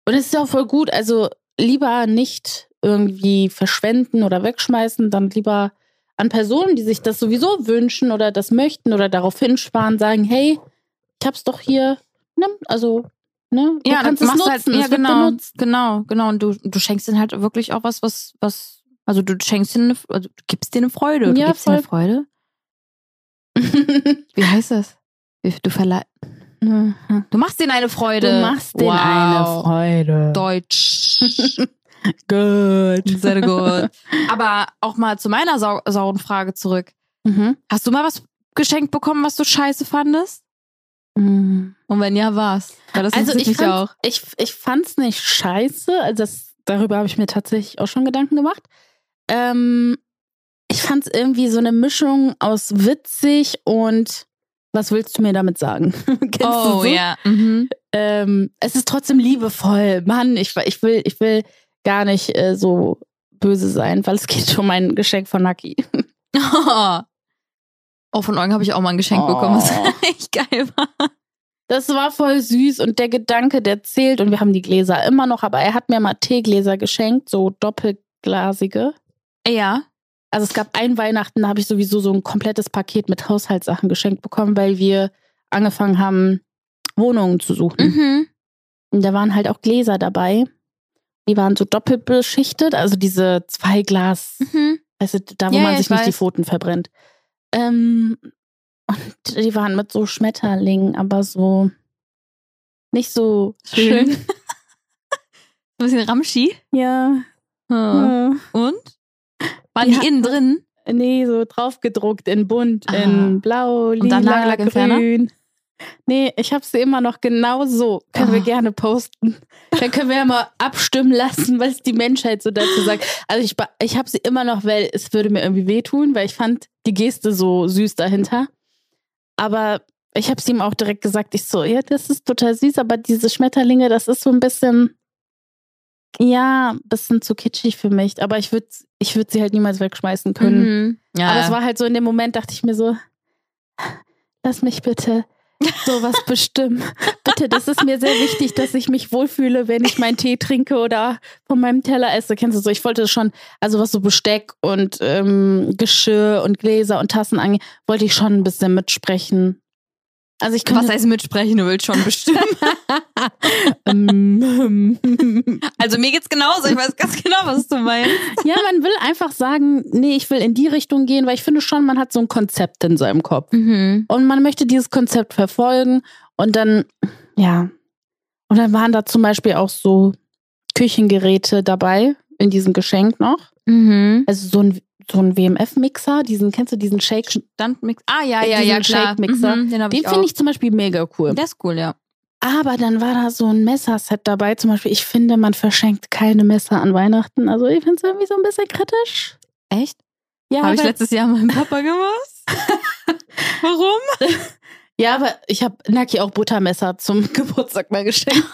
Speaker 2: und es ist ja auch voll gut. Also lieber nicht irgendwie verschwenden oder wegschmeißen, dann lieber an Personen, die sich das sowieso wünschen oder das möchten oder darauf hinsparen, sagen, hey, ich hab's doch hier, nimm, also, ne, du
Speaker 1: ja,
Speaker 2: kannst
Speaker 1: das
Speaker 2: es nutzen,
Speaker 1: halt, ja,
Speaker 2: es wird
Speaker 1: genau,
Speaker 2: benutzt.
Speaker 1: genau, genau. Und du, du schenkst denen halt wirklich auch was, was, was, also du schenkst denen, eine- also du gibst denen eine Freude.
Speaker 2: Ja,
Speaker 1: du gibst denen eine Freude. Wie heißt das? Wie- Du verleih, du machst denen eine
Speaker 2: Mhm.
Speaker 1: Freude.
Speaker 2: Du machst denen
Speaker 1: wow.
Speaker 2: eine Freude.
Speaker 1: Deutsch.
Speaker 2: Gut.
Speaker 1: Sehr gut. Aber auch mal zu meiner sau sauren Frage zurück.
Speaker 2: Mhm.
Speaker 1: Hast du mal was geschenkt bekommen, was du scheiße fandest?
Speaker 2: Mhm.
Speaker 1: Und wenn ja, was? Weil das
Speaker 2: also
Speaker 1: interessiert
Speaker 2: ich
Speaker 1: mich
Speaker 2: fand's,
Speaker 1: auch.
Speaker 2: Ich, ich fand's nicht scheiße. Also das, darüber habe ich mir tatsächlich auch schon Gedanken gemacht. Ähm, ich fand's irgendwie so eine Mischung aus witzig und was willst du mir damit sagen? Kennst du
Speaker 1: Oh
Speaker 2: so?
Speaker 1: ja. Mhm.
Speaker 2: ähm, es ist trotzdem liebevoll. Mann, ich, ich, will, ich will gar nicht äh, so böse sein, weil es geht um ein Geschenk von Naki.
Speaker 1: Oh, von Eugen habe ich auch mal ein Geschenk
Speaker 2: Oh.
Speaker 1: bekommen, was echt geil war.
Speaker 2: Das war voll süß und der Gedanke, der zählt und wir haben die Gläser immer noch, aber er hat mir mal Teegläser geschenkt, so doppelglasige.
Speaker 1: Ja.
Speaker 2: Also es gab ein Weihnachten, da habe ich sowieso so ein komplettes Paket mit Haushaltssachen geschenkt bekommen, weil wir angefangen haben, Wohnungen zu suchen.
Speaker 1: Mhm.
Speaker 2: Und da waren halt auch Gläser dabei. Die waren so doppelt beschichtet, also diese zwei Glas,
Speaker 1: Mhm.
Speaker 2: weißt du, da wo
Speaker 1: Ja,
Speaker 2: man
Speaker 1: ja,
Speaker 2: sich
Speaker 1: ich
Speaker 2: nicht die
Speaker 1: weiß.
Speaker 2: Pfoten verbrennt. Ähm, und die waren mit so Schmetterlingen, aber so nicht so schön.
Speaker 1: Schön. Ein bisschen Ramschi.
Speaker 2: Ja.
Speaker 1: Ja.
Speaker 2: ja.
Speaker 1: Und? Waren
Speaker 2: Hm. Ja.
Speaker 1: die innen drin?
Speaker 2: Nee, so draufgedruckt in bunt,
Speaker 1: Ah.
Speaker 2: in blau, lila,
Speaker 1: Und dann lag- lag im Ferner?
Speaker 2: grün. Nee, ich habe sie immer noch genau so. Können wir
Speaker 1: Ah.
Speaker 2: gerne posten. Dann können wir ja mal abstimmen lassen, was die Menschheit so dazu sagt. Also ich, ba- ich habe sie immer noch, weil es würde mir irgendwie wehtun, weil ich fand die Geste so süß dahinter. Aber Ich habe es ihm auch direkt gesagt. Ich so, ja, das ist total süß, aber diese Schmetterlinge, das ist so ein bisschen, ja, ein bisschen zu kitschig für mich. Aber ich würde ich würd sie halt niemals wegschmeißen können.
Speaker 1: Mhm. Ja.
Speaker 2: Aber es war halt so in dem Moment, dachte ich mir so, lass mich bitte sowas bestimmen. Bitte, das ist mir sehr wichtig, dass ich mich wohlfühle, wenn ich meinen Tee trinke oder von meinem Teller esse. Kennst du so? Ich wollte schon, also was so Besteck und ähm, Geschirr und Gläser und Tassen angeht, wollte ich schon ein bisschen mitsprechen. Also ich
Speaker 1: was
Speaker 2: könnte,
Speaker 1: heißt mitsprechen? Du willst schon bestimmen.
Speaker 2: ähm,
Speaker 1: also mir geht's genauso. Ich weiß ganz genau, was du meinst.
Speaker 2: ja, man will einfach sagen, nee, ich will in die Richtung gehen, weil ich finde schon, man hat so ein Konzept in seinem Kopf.
Speaker 1: Mhm.
Speaker 2: und man möchte dieses Konzept verfolgen und dann, ja. Und dann waren da zum Beispiel auch so Küchengeräte dabei in diesem Geschenk noch.
Speaker 1: Mhm.
Speaker 2: Also so ein, so ein WMF-Mixer, diesen, kennst du diesen Shake?
Speaker 1: Standmix. Ah, ja, ja,
Speaker 2: Diesen
Speaker 1: ja, klar.
Speaker 2: Shake-Mixer.
Speaker 1: Mhm, den hab
Speaker 2: Den
Speaker 1: ich auch.
Speaker 2: finde ich zum Beispiel mega cool.
Speaker 1: Der ist cool, ja.
Speaker 2: Aber dann war da so ein Messerset dabei. Zum Beispiel, ich finde, man verschenkt keine Messer an Weihnachten. Also ich finde es irgendwie so ein bisschen kritisch.
Speaker 1: Echt?
Speaker 2: Ja,
Speaker 1: Habe ich
Speaker 2: weil-
Speaker 1: letztes Jahr meinem Papa gemacht. Warum?
Speaker 2: Ja, aber ich habe Naki auch Buttermesser zum Geburtstag mal geschenkt.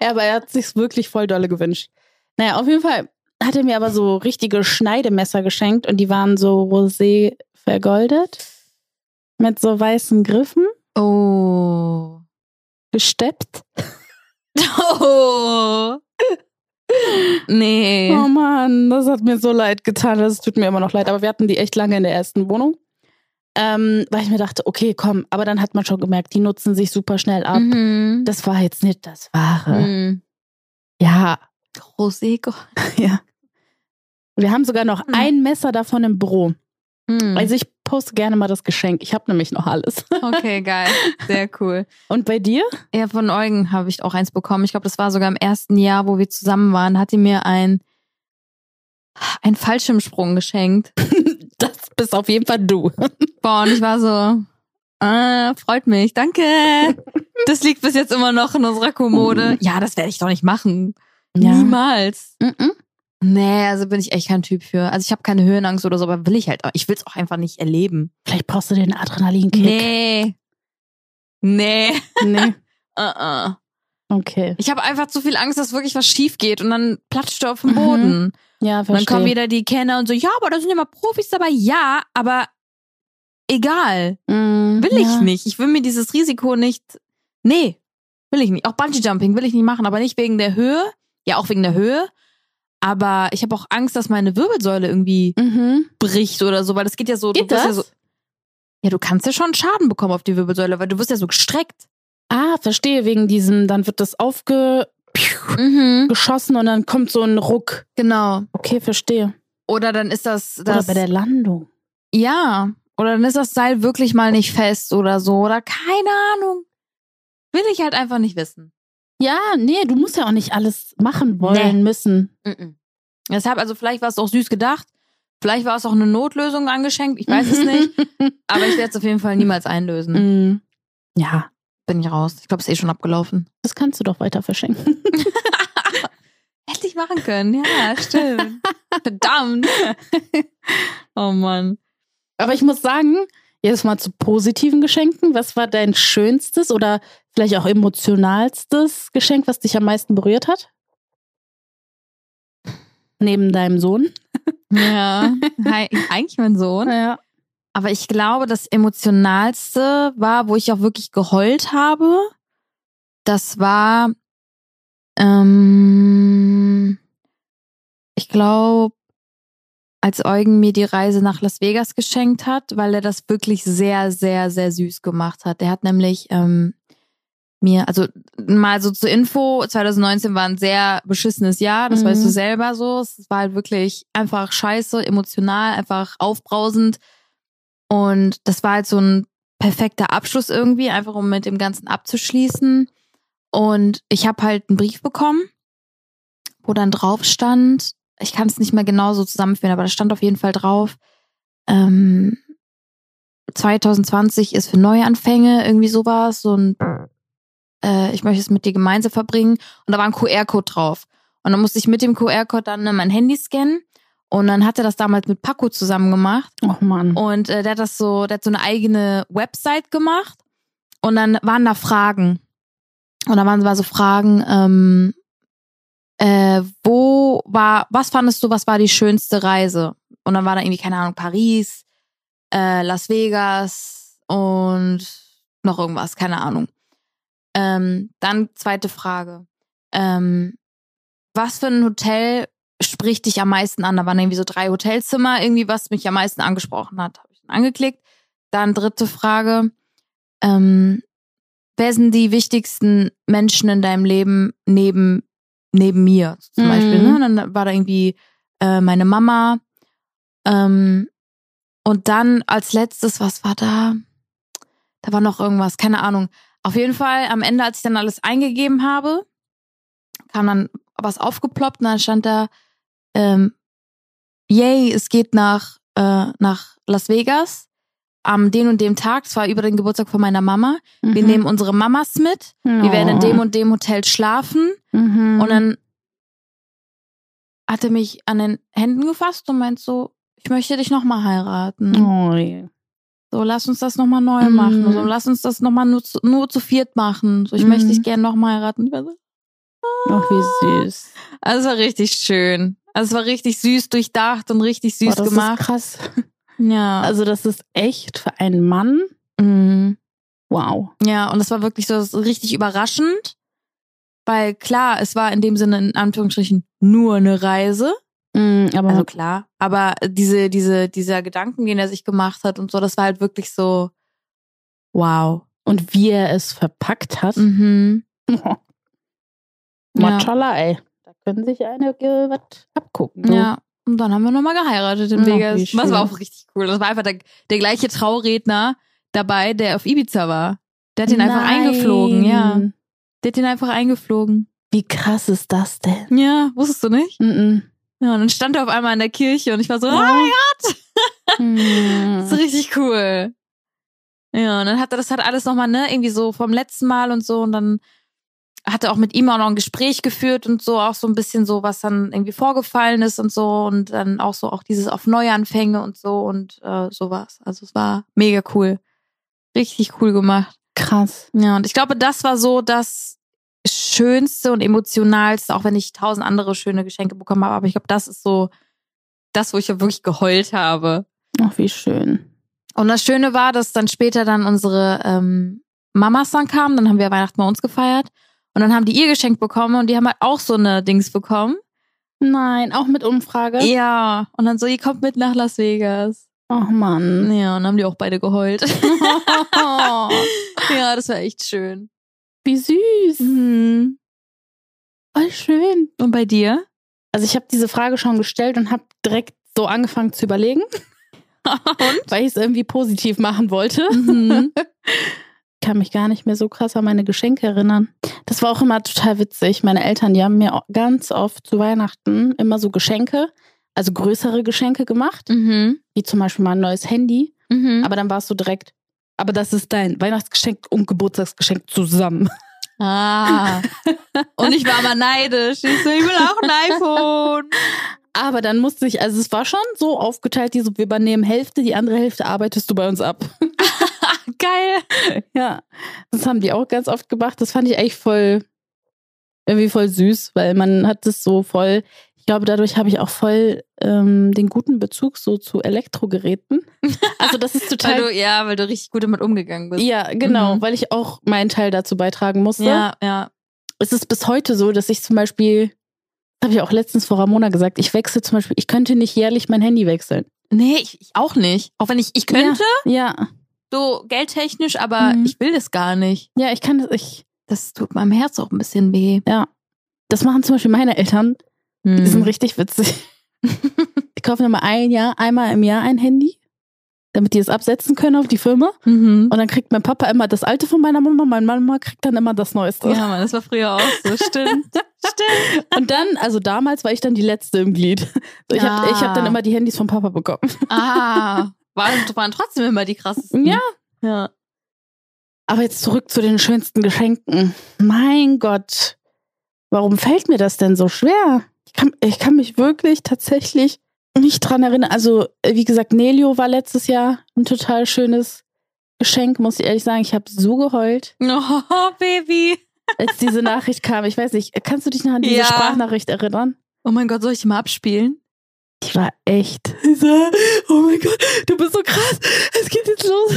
Speaker 2: Ja, aber er hat sich's wirklich voll dolle gewünscht. Naja, auf jeden Fall hat er mir aber so richtige Schneidemesser geschenkt und die waren so rosé vergoldet mit so weißen Griffen
Speaker 1: Oh.
Speaker 2: gesteppt.
Speaker 1: Oh. Nee.
Speaker 2: Oh Mann, das hat mir so leid getan. Das tut mir immer noch leid. Aber wir hatten die echt lange in der ersten Wohnung. Ähm, weil ich mir dachte, okay, komm, aber dann hat man schon gemerkt, die nutzen sich super schnell ab.
Speaker 1: Mhm.
Speaker 2: Das war jetzt nicht das Wahre.
Speaker 1: Mhm.
Speaker 2: Ja,
Speaker 1: Rosé.
Speaker 2: Ja. Wir haben sogar noch
Speaker 1: Hm.
Speaker 2: ein Messer davon im Büro.
Speaker 1: Mhm.
Speaker 2: Also ich poste gerne mal das Geschenk. Ich habe nämlich noch alles.
Speaker 1: Okay, geil. Sehr cool.
Speaker 2: Und bei dir?
Speaker 1: Ja, von Eugen habe ich auch eins bekommen. Ich glaube, das war sogar im ersten Jahr, wo wir zusammen waren, hat die mir ein ein Fallschirmsprung geschenkt.
Speaker 2: Das bist auf jeden Fall du.
Speaker 1: Boah, und ich war so, ah, freut mich, danke. Das liegt bis jetzt immer noch in unserer Kommode. Ja, das werde ich doch nicht machen.
Speaker 2: Niemals.
Speaker 1: Niemals.
Speaker 2: Mhm.
Speaker 1: Nee, also bin ich echt kein Typ für. Also ich habe keine Höhenangst oder so, aber will ich halt auch. Ich will es auch einfach nicht erleben.
Speaker 2: Vielleicht brauchst du den Adrenalinkick.
Speaker 1: Nee. Nee.
Speaker 2: Nee.
Speaker 1: Uh-uh.
Speaker 2: Okay.
Speaker 1: Ich habe einfach zu viel Angst, dass wirklich was schief geht und dann platscht du auf dem
Speaker 2: Mhm.
Speaker 1: Boden.
Speaker 2: Ja,
Speaker 1: Und dann
Speaker 2: verstehe.
Speaker 1: kommen wieder die Kenner und so, ja, aber da sind ja mal Profis dabei. Ja, aber egal.
Speaker 2: Mm,
Speaker 1: Will ich
Speaker 2: ja.
Speaker 1: nicht. Ich will mir dieses Risiko nicht. Nee, will ich nicht. Auch Bungee Jumping will ich nicht machen, aber nicht wegen der Höhe. Ja, auch wegen der Höhe. Aber ich habe auch Angst, dass meine Wirbelsäule irgendwie
Speaker 2: Mhm.
Speaker 1: bricht oder so, weil das geht ja so.
Speaker 2: Geht
Speaker 1: du wirst Ja,
Speaker 2: das?
Speaker 1: so ja, du kannst ja schon Schaden bekommen auf die Wirbelsäule, weil du wirst ja so gestreckt.
Speaker 2: Ah, verstehe. Wegen diesem, dann wird das aufgeschossen
Speaker 1: Mhm.
Speaker 2: und dann kommt so ein Ruck.
Speaker 1: Genau.
Speaker 2: Okay, verstehe.
Speaker 1: Oder dann ist das.
Speaker 2: Oder
Speaker 1: das
Speaker 2: bei der Landung.
Speaker 1: Ja, oder dann ist das Seil wirklich mal nicht fest oder so oder keine Ahnung. Will ich halt einfach nicht wissen.
Speaker 2: Ja, nee, du musst ja auch nicht alles machen wollen
Speaker 1: Nee.
Speaker 2: müssen.
Speaker 1: Deshalb, also vielleicht war es auch süß gedacht, vielleicht war es auch eine Notlösung angeschenkt, ich weiß es nicht, aber ich werde es auf jeden Fall niemals einlösen.
Speaker 2: Mm. Ja,
Speaker 1: Bin ich raus. Ich glaube, es ist eh schon abgelaufen.
Speaker 2: Das kannst du doch weiter verschenken.
Speaker 1: Hätte ich machen können, ja, stimmt. Verdammt. Oh Mann.
Speaker 2: Aber ich muss sagen, jetzt mal zu positiven Geschenken. Was war dein schönstes oder vielleicht auch emotionalstes Geschenk, was dich am meisten berührt hat? Neben deinem Sohn.
Speaker 1: Ja, Hi- eigentlich mein Sohn.
Speaker 2: Ja.
Speaker 1: Aber ich glaube, das emotionalste war, wo ich auch wirklich geheult habe. Das war, ähm, ich glaube, als Eugen mir die Reise nach Las Vegas geschenkt hat, weil er das wirklich sehr, sehr, sehr süß gemacht hat. Er hat nämlich ähm, mir, also mal so zur Info, 2019 war ein sehr beschissenes Jahr, das
Speaker 2: Mhm.
Speaker 1: weißt du selber so. Es war halt wirklich einfach scheiße, emotional, einfach aufbrausend. Und das war halt so ein perfekter Abschluss irgendwie, einfach um mit dem Ganzen abzuschließen. Und ich habe halt einen Brief bekommen, wo dann drauf stand, ich kann es nicht mehr genau so zusammenführen, aber da stand auf jeden Fall drauf, ähm, 2020 ist für Neuanfänge, irgendwie sowas und äh, ich möchte es mit dir gemeinsam verbringen. Und da war ein QR-Code drauf. Und dann musste ich mit dem QR-Code dann ne, mein Handy scannen Und dann hat er das damals mit Paco zusammen gemacht.
Speaker 2: Oh Mann.
Speaker 1: Und äh, der hat das so, der hat so eine eigene Website gemacht. Und dann waren da Fragen. Und da waren war so Fragen, ähm, äh, wo war, was fandest du, was war die schönste Reise? Und dann war da irgendwie, keine Ahnung, Paris, äh, Las Vegas und noch irgendwas, keine Ahnung. Ähm, dann zweite Frage. Ähm, was für ein Hotel spricht dich am meisten an? Da waren irgendwie so drei Hotelzimmer, irgendwie was mich am meisten angesprochen hat, habe ich dann angeklickt. Dann dritte Frage. Ähm, wer sind die wichtigsten Menschen in deinem Leben neben, neben mir zum
Speaker 2: Mhm.
Speaker 1: Beispiel? Ne? Und Dann war da irgendwie äh, meine Mama. Ähm, und dann als letztes, was war da? Da war noch irgendwas, keine Ahnung. Auf jeden Fall, am Ende, als ich dann alles eingegeben habe, kam dann was aufgeploppt und dann stand da, ähm, yay, es geht nach, äh, nach Las Vegas am den und dem Tag, zwar über den Geburtstag von meiner Mama. Wir
Speaker 2: Mhm.
Speaker 1: nehmen unsere Mamas mit, wir
Speaker 2: Oh.
Speaker 1: werden in dem und dem Hotel schlafen
Speaker 2: Mhm.
Speaker 1: und dann hat er mich an den Händen gefasst und meint so, ich möchte dich nochmal heiraten.
Speaker 2: Oh, je.
Speaker 1: So, lass uns das nochmal neu
Speaker 2: Mhm.
Speaker 1: machen. So, lass uns das nochmal nur zu, nur zu viert machen. So, ich
Speaker 2: Mhm.
Speaker 1: möchte dich gerne nochmal heiraten. Ich war so,
Speaker 2: Ach, wie süß.
Speaker 1: Also es war richtig schön. Also es war richtig süß durchdacht und richtig süß
Speaker 2: Boah, das
Speaker 1: gemacht.
Speaker 2: ist krass.
Speaker 1: Ja.
Speaker 2: Also das ist echt für einen Mann.
Speaker 1: mhm.
Speaker 2: Wow.
Speaker 1: ja, und es war wirklich so so richtig überraschend, weil klar, es war in dem Sinne in Anführungsstrichen nur eine Reise.
Speaker 2: Mm, aber
Speaker 1: Also klar, aber diese diese dieser Gedanken, den er sich gemacht hat und so, das war halt wirklich so wow.
Speaker 2: und wie er es verpackt hat.
Speaker 1: Mhm.
Speaker 2: Oh. Machala, ey. Da können sich einige was abgucken.
Speaker 1: Ja.
Speaker 2: du.
Speaker 1: ja. Und dann haben wir nochmal geheiratet in
Speaker 2: Ja,
Speaker 1: Vegas.
Speaker 2: wie schön.
Speaker 1: Das war auch richtig cool. Das war einfach der, der gleiche Trauredner dabei, der auf Ibiza war. Der hat ihn einfach
Speaker 2: Nein.
Speaker 1: eingeflogen, ja. Der hat ihn einfach eingeflogen.
Speaker 2: Wie krass ist das denn?
Speaker 1: Ja, wusstest du nicht?
Speaker 2: Mm
Speaker 1: Ja, und dann stand er auf einmal in der Kirche und ich
Speaker 2: Oh
Speaker 1: war so, ah, das ist
Speaker 2: -mm.
Speaker 1: richtig cool. Ja, und dann hat er das halt alles nochmal, ne, irgendwie so vom letzten Mal und so und dann hat er auch mit ihm auch noch ein Gespräch geführt und so, auch so ein bisschen so, was dann irgendwie vorgefallen ist und so und dann auch so, auch dieses auf Neuanfänge und so und äh, sowas. Also es war mega cool. Richtig cool gemacht.
Speaker 2: Krass.
Speaker 1: Ja, und ich glaube, das war so das Schönste und Emotionalste, auch wenn ich tausend andere schöne Geschenke bekommen habe. Aber ich glaube, das ist so das, wo ich ja wirklich geheult habe.
Speaker 2: Ach, wie schön.
Speaker 1: Und das Schöne war, dass dann später dann unsere ähm, Mamas dann kamen, dann haben wir Weihnachten bei uns gefeiert. Und dann haben die ihr Geschenk bekommen und die haben halt auch so eine Dings bekommen.
Speaker 2: Nein, auch mit Umfrage.
Speaker 1: Ja. Und dann so, ihr kommt mit nach Las Vegas.
Speaker 2: Ach Mann.
Speaker 1: Ja, und dann haben die auch beide geheult.
Speaker 2: Oh,
Speaker 1: ja, das war echt schön.
Speaker 2: wie süß.
Speaker 1: Mhm.
Speaker 2: Voll schön.
Speaker 1: Und bei dir?
Speaker 2: Also ich habe diese Frage schon gestellt und habe direkt so angefangen zu überlegen, weil ich es irgendwie positiv machen wollte.
Speaker 1: Mhm.
Speaker 2: Ich kann mich gar nicht mehr so krass an meine Geschenke erinnern. Das war auch immer total witzig. Meine Eltern, die haben mir auch ganz oft zu Weihnachten immer so Geschenke, also größere Geschenke gemacht,
Speaker 1: mhm.
Speaker 2: wie zum Beispiel mal ein neues Handy.
Speaker 1: Mhm.
Speaker 2: Aber dann war es so direkt, aber das ist dein Weihnachtsgeschenk und Geburtstagsgeschenk zusammen.
Speaker 1: Ah. Und ich war mal neidisch. Ich so, ich will auch ein iPhone.
Speaker 2: Aber dann musste ich, also es war schon so aufgeteilt, die so, wir übernehmen Hälfte, die andere Hälfte arbeitest du bei uns ab.
Speaker 1: Geil.
Speaker 2: Ja, das haben die auch ganz oft gemacht. Das fand ich eigentlich voll, irgendwie voll süß, weil man hat das so voll, ich glaube, dadurch habe ich auch voll ähm, den guten Bezug so zu Elektrogeräten. Also das ist
Speaker 1: Weil
Speaker 2: total,
Speaker 1: du, ja, weil du richtig gut damit umgegangen bist.
Speaker 2: ja, genau,
Speaker 1: Mhm.
Speaker 2: weil ich auch meinen Teil dazu beitragen musste.
Speaker 1: ja. ja.
Speaker 2: Es ist bis heute so, dass ich zum Beispiel, das habe ich auch letztens vor Ramona gesagt, ich wechsle zum Beispiel, ich könnte nicht jährlich mein Handy wechseln.
Speaker 1: Nee, ich, ich auch nicht. Auch wenn ich, ich könnte,
Speaker 2: Ja,
Speaker 1: so geldtechnisch, aber
Speaker 2: Mhm.
Speaker 1: ich will das gar nicht.
Speaker 2: ja, ich kann das, ich,
Speaker 1: Das tut meinem Herz auch ein bisschen weh.
Speaker 2: das machen zum Beispiel meine Eltern. Die sind
Speaker 1: Mhm.
Speaker 2: richtig witzig. Die kaufen immer ein Jahr, einmal im Jahr ein Handy, damit die es absetzen können auf die Firma.
Speaker 1: Mhm.
Speaker 2: Und dann kriegt mein Papa immer das alte von meiner Mama, meine Mama kriegt dann immer das Neueste.
Speaker 1: Ja, Mann, das war früher auch so. Stimmt. Stimmt.
Speaker 2: Und dann, also damals war ich dann die Letzte im Glied. So, Ich habe
Speaker 1: Ah.
Speaker 2: ich hab dann immer die Handys von Papa bekommen.
Speaker 1: Ah. Waren, waren trotzdem immer die krassesten.
Speaker 2: Ja.
Speaker 1: Ja.
Speaker 2: Aber jetzt zurück zu den schönsten Geschenken. Mein Gott, warum fällt mir das denn so schwer? Ich kann, ich kann mich wirklich tatsächlich nicht dran erinnern. Also, äh, wie gesagt, Nelio war letztes Jahr ein total schönes Geschenk, muss ich ehrlich sagen. Ich habe so geheult,
Speaker 1: Oh, Baby.
Speaker 2: als diese Nachricht kam. Ich weiß nicht, kannst du dich noch an diese
Speaker 1: Ja.
Speaker 2: Sprachnachricht erinnern?
Speaker 1: Oh mein Gott, soll ich mal abspielen?
Speaker 2: Die war echt. Ich so, Oh mein Gott, du bist so krass. Es geht jetzt los.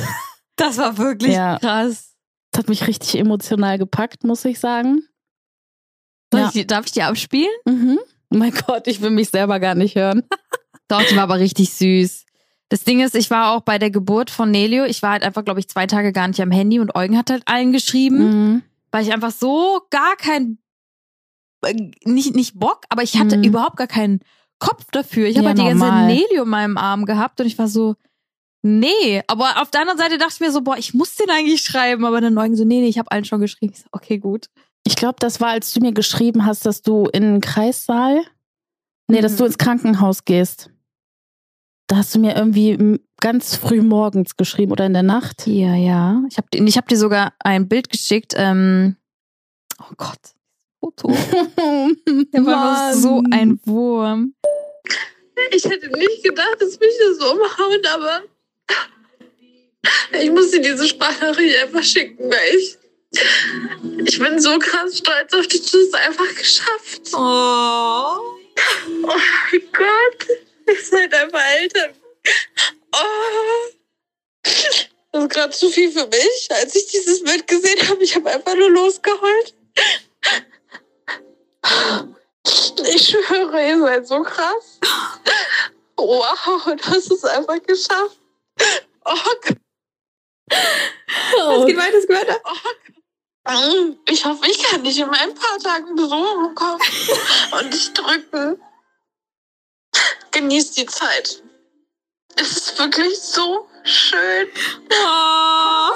Speaker 1: Das war wirklich
Speaker 2: Ja.
Speaker 1: krass.
Speaker 2: Das hat mich richtig emotional gepackt, muss ich sagen.
Speaker 1: Soll
Speaker 2: Ja.
Speaker 1: ich, die- darf ich die abspielen?
Speaker 2: Mhm. Oh mein Gott, ich will mich selber gar nicht hören.
Speaker 1: Doch, die war aber richtig süß. Das Ding ist, ich war auch bei der Geburt von Nelio. Ich war halt einfach, glaube ich, zwei Tage gar nicht am Handy und Eugen hat halt allen geschrieben,
Speaker 2: Mhm.
Speaker 1: weil ich einfach so gar keinen, äh, nicht, nicht Bock, aber ich hatte
Speaker 2: Mhm.
Speaker 1: überhaupt gar keinen Kopf dafür. Ich habe
Speaker 2: Ja,
Speaker 1: halt die ganze Zeit
Speaker 2: normal.
Speaker 1: Nelio in meinem Arm gehabt und ich war so, nee. Aber auf der anderen Seite dachte ich mir so, boah, ich muss den eigentlich schreiben. Aber dann Eugen so, nee, nee, ich habe allen schon geschrieben. Ich so, okay, gut.
Speaker 2: Ich glaube, das war, als du mir geschrieben hast, dass du in den Kreissaal, nee, dass
Speaker 1: Mhm.
Speaker 2: du ins Krankenhaus gehst. Da hast du mir irgendwie m- ganz früh morgens geschrieben oder in der Nacht.
Speaker 1: Ja, ja. Ich habe ich hab dir sogar ein Bild geschickt. Ähm, oh Gott, Foto. Der war so ein Wurm.
Speaker 3: Ich hätte nicht gedacht, dass mich das so umhaut, aber ich musste diese Sprachnachricht einfach schicken, weil ich, ich bin so krass stolz auf dich, dass du es einfach geschafft. hast.
Speaker 1: Oh.
Speaker 3: Oh mein Gott, ihr seid einfach Eltern. Oh. Das ist gerade zu viel für mich. Als ich dieses Bild gesehen habe, ich habe einfach nur losgeheult. Ich schwöre, ihr seid so krass. Wow, du hast es einfach geschafft. Oh Gott.
Speaker 2: Oh,
Speaker 1: weiter, es geht weiter.
Speaker 3: Ich hoffe, ich kann dich in ein paar Tagen Besuch bekommen und dich drücken. Genieß die Zeit. Es ist wirklich so schön.
Speaker 1: Oh.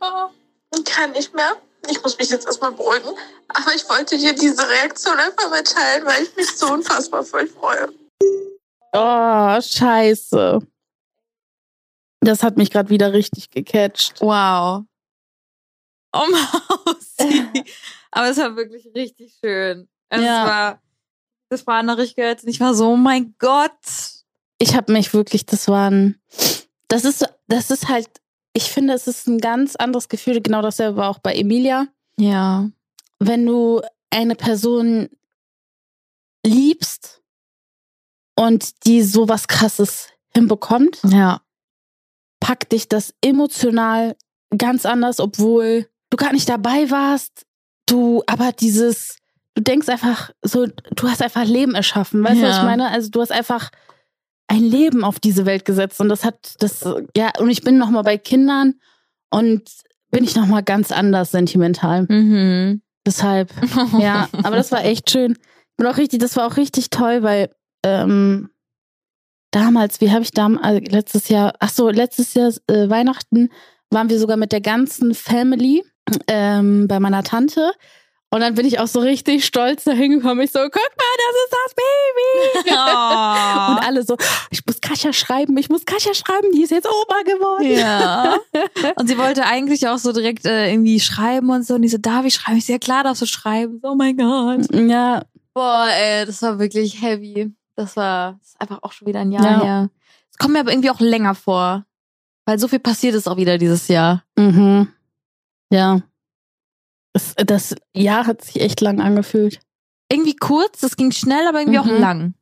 Speaker 3: Oh, Ich kann nicht mehr. Ich muss mich jetzt erstmal beruhigen. Aber ich wollte dir diese Reaktion einfach mitteilen, weil ich mich so unfassbar voll freue.
Speaker 2: oh, scheiße. Das hat mich gerade wieder richtig gecatcht.
Speaker 1: Wow. Oh, Mausi. Aber es war wirklich richtig schön. Es
Speaker 2: Äh. Ja.
Speaker 1: war, das war Nachricht gehört und ich war so, oh mein Gott.
Speaker 2: ich habe mich wirklich, das waren, das ist, das ist halt, ich finde, es ist ein ganz anderes Gefühl, genau dasselbe war auch bei Emilia.
Speaker 1: Ja.
Speaker 2: Wenn du eine Person liebst und die so was krasses hinbekommt,
Speaker 1: Ja.
Speaker 2: packt dich das emotional ganz anders, obwohl du gar nicht dabei warst, du aber dieses, du denkst einfach so, du hast einfach Leben erschaffen, weißt du, was
Speaker 1: Ja.
Speaker 2: ich meine? Also du hast einfach ein Leben auf diese Welt gesetzt und das hat das ja und ich bin noch mal bei Kindern und bin ich noch mal ganz anders sentimental.
Speaker 1: Mhm.
Speaker 2: Deshalb ja, aber das war echt schön. Ich bin auch richtig, das war auch richtig toll, weil ähm, damals, wie habe ich damals letztes Jahr, ach so, letztes Jahr äh, Weihnachten waren wir sogar mit der ganzen Family ähm, bei meiner Tante. Und dann bin ich auch so richtig stolz da hingekommen. Ich so, guck mal, das ist das Baby.
Speaker 1: Oh.
Speaker 2: Und alle so, ich muss Kascha schreiben, ich muss Kascha schreiben, die ist jetzt Oma geworden.
Speaker 1: Ja. Und sie wollte eigentlich auch so direkt äh, irgendwie schreiben und so. Und ich so, darf ich schreiben? Ich so, ja klar darfst du schreiben. Oh mein Gott.
Speaker 2: Ja,
Speaker 1: Boah, ey, das war wirklich heavy. Das war das ist einfach auch schon wieder ein Jahr
Speaker 2: Ja.
Speaker 1: her. Es kommt mir aber irgendwie auch länger vor. Weil so viel passiert ist auch wieder dieses Jahr.
Speaker 2: Mhm. Ja. Es, das Jahr hat sich echt lang angefühlt.
Speaker 1: Irgendwie kurz, das ging schnell, aber irgendwie auch
Speaker 2: Mhm.
Speaker 1: lang.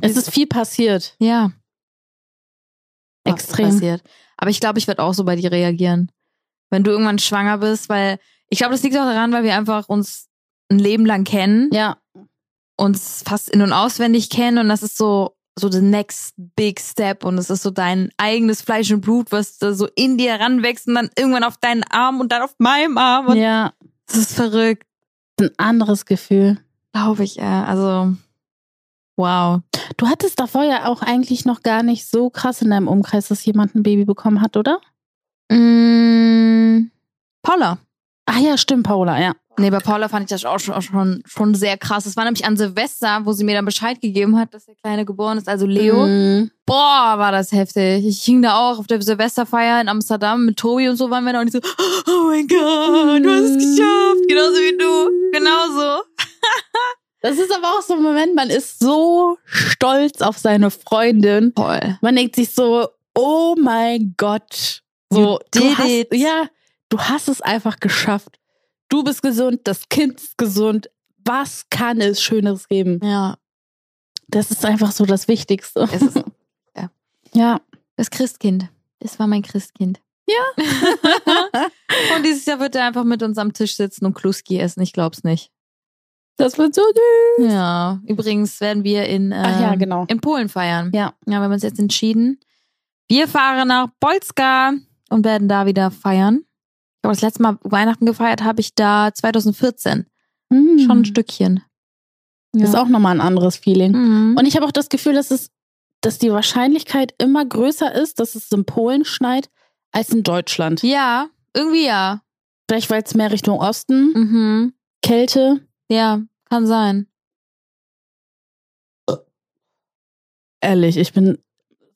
Speaker 2: Es ist viel passiert.
Speaker 1: ja was
Speaker 2: Extrem.
Speaker 1: Passiert. Aber ich glaube, ich werde auch so bei dir reagieren. Wenn du irgendwann schwanger bist, weil ich glaube, das liegt auch daran, weil wir einfach uns ein Leben lang kennen.
Speaker 2: Ja.
Speaker 1: uns fast in- und auswendig kennen und das ist so so the next big step und es ist so dein eigenes Fleisch und Blut, was da so in dir ranwächst und dann irgendwann auf deinen Arm und dann auf meinem Arm und
Speaker 2: Ja.
Speaker 1: das ist verrückt,
Speaker 2: Ein anderes Gefühl.
Speaker 1: glaube ich. Ja. Also wow.
Speaker 2: Du hattest davor ja auch eigentlich noch gar nicht so krass in deinem Umkreis, dass jemand ein Baby bekommen hat, oder?
Speaker 1: Mm, Paula.
Speaker 2: Ah ja, stimmt, Paula, ja.
Speaker 1: Nee, bei Paula fand ich das auch schon, auch schon, schon sehr krass. Es war nämlich an Silvester, wo sie mir dann Bescheid gegeben hat, dass der Kleine geboren ist, also Leo.
Speaker 2: Mhm.
Speaker 1: Boah, war das heftig. Ich hing da auch auf der Silvesterfeier in Amsterdam mit Tobi und so waren wir da und ich so, oh mein Gott, du hast es geschafft. Genauso wie du. Genauso.
Speaker 2: Das ist aber auch so ein Moment, man ist so stolz auf seine Freundin.
Speaker 1: Voll.
Speaker 2: Man denkt sich so, oh mein Gott. So,
Speaker 1: You
Speaker 2: du
Speaker 1: did
Speaker 2: hast,
Speaker 1: it.
Speaker 2: ja, du hast es einfach geschafft. Du bist gesund, das Kind ist gesund. Was kann es Schöneres geben?
Speaker 1: Ja.
Speaker 2: Das ist einfach so das Wichtigste.
Speaker 1: Es ist
Speaker 2: Ja.
Speaker 1: das Christkind. Das war mein Christkind. Ja. und dieses Jahr wird er einfach mit uns am Tisch sitzen und Kluski essen. Ich glaub's nicht.
Speaker 2: Das wird so süß.
Speaker 1: Ja. Übrigens werden wir in, ähm,
Speaker 2: Ach ja, genau.
Speaker 1: in Polen feiern.
Speaker 2: Ja.
Speaker 1: Ja, wir haben uns jetzt entschieden. Wir fahren nach Bolska und werden da wieder feiern. Aber das letzte Mal Weihnachten gefeiert habe ich da 2014.
Speaker 2: Hm.
Speaker 1: Schon ein Stückchen.
Speaker 2: Mm. Das ist auch nochmal ein anderes Feeling.
Speaker 1: Mhm.
Speaker 2: Und ich habe auch das Gefühl, dass es, dass die Wahrscheinlichkeit immer größer ist, dass es in Polen schneit, als in Deutschland.
Speaker 1: ja, irgendwie ja.
Speaker 2: Vielleicht, weil es mehr Richtung Osten,
Speaker 1: Mhm.
Speaker 2: Kälte.
Speaker 1: Ja, kann sein.
Speaker 2: Ehrlich, ich bin,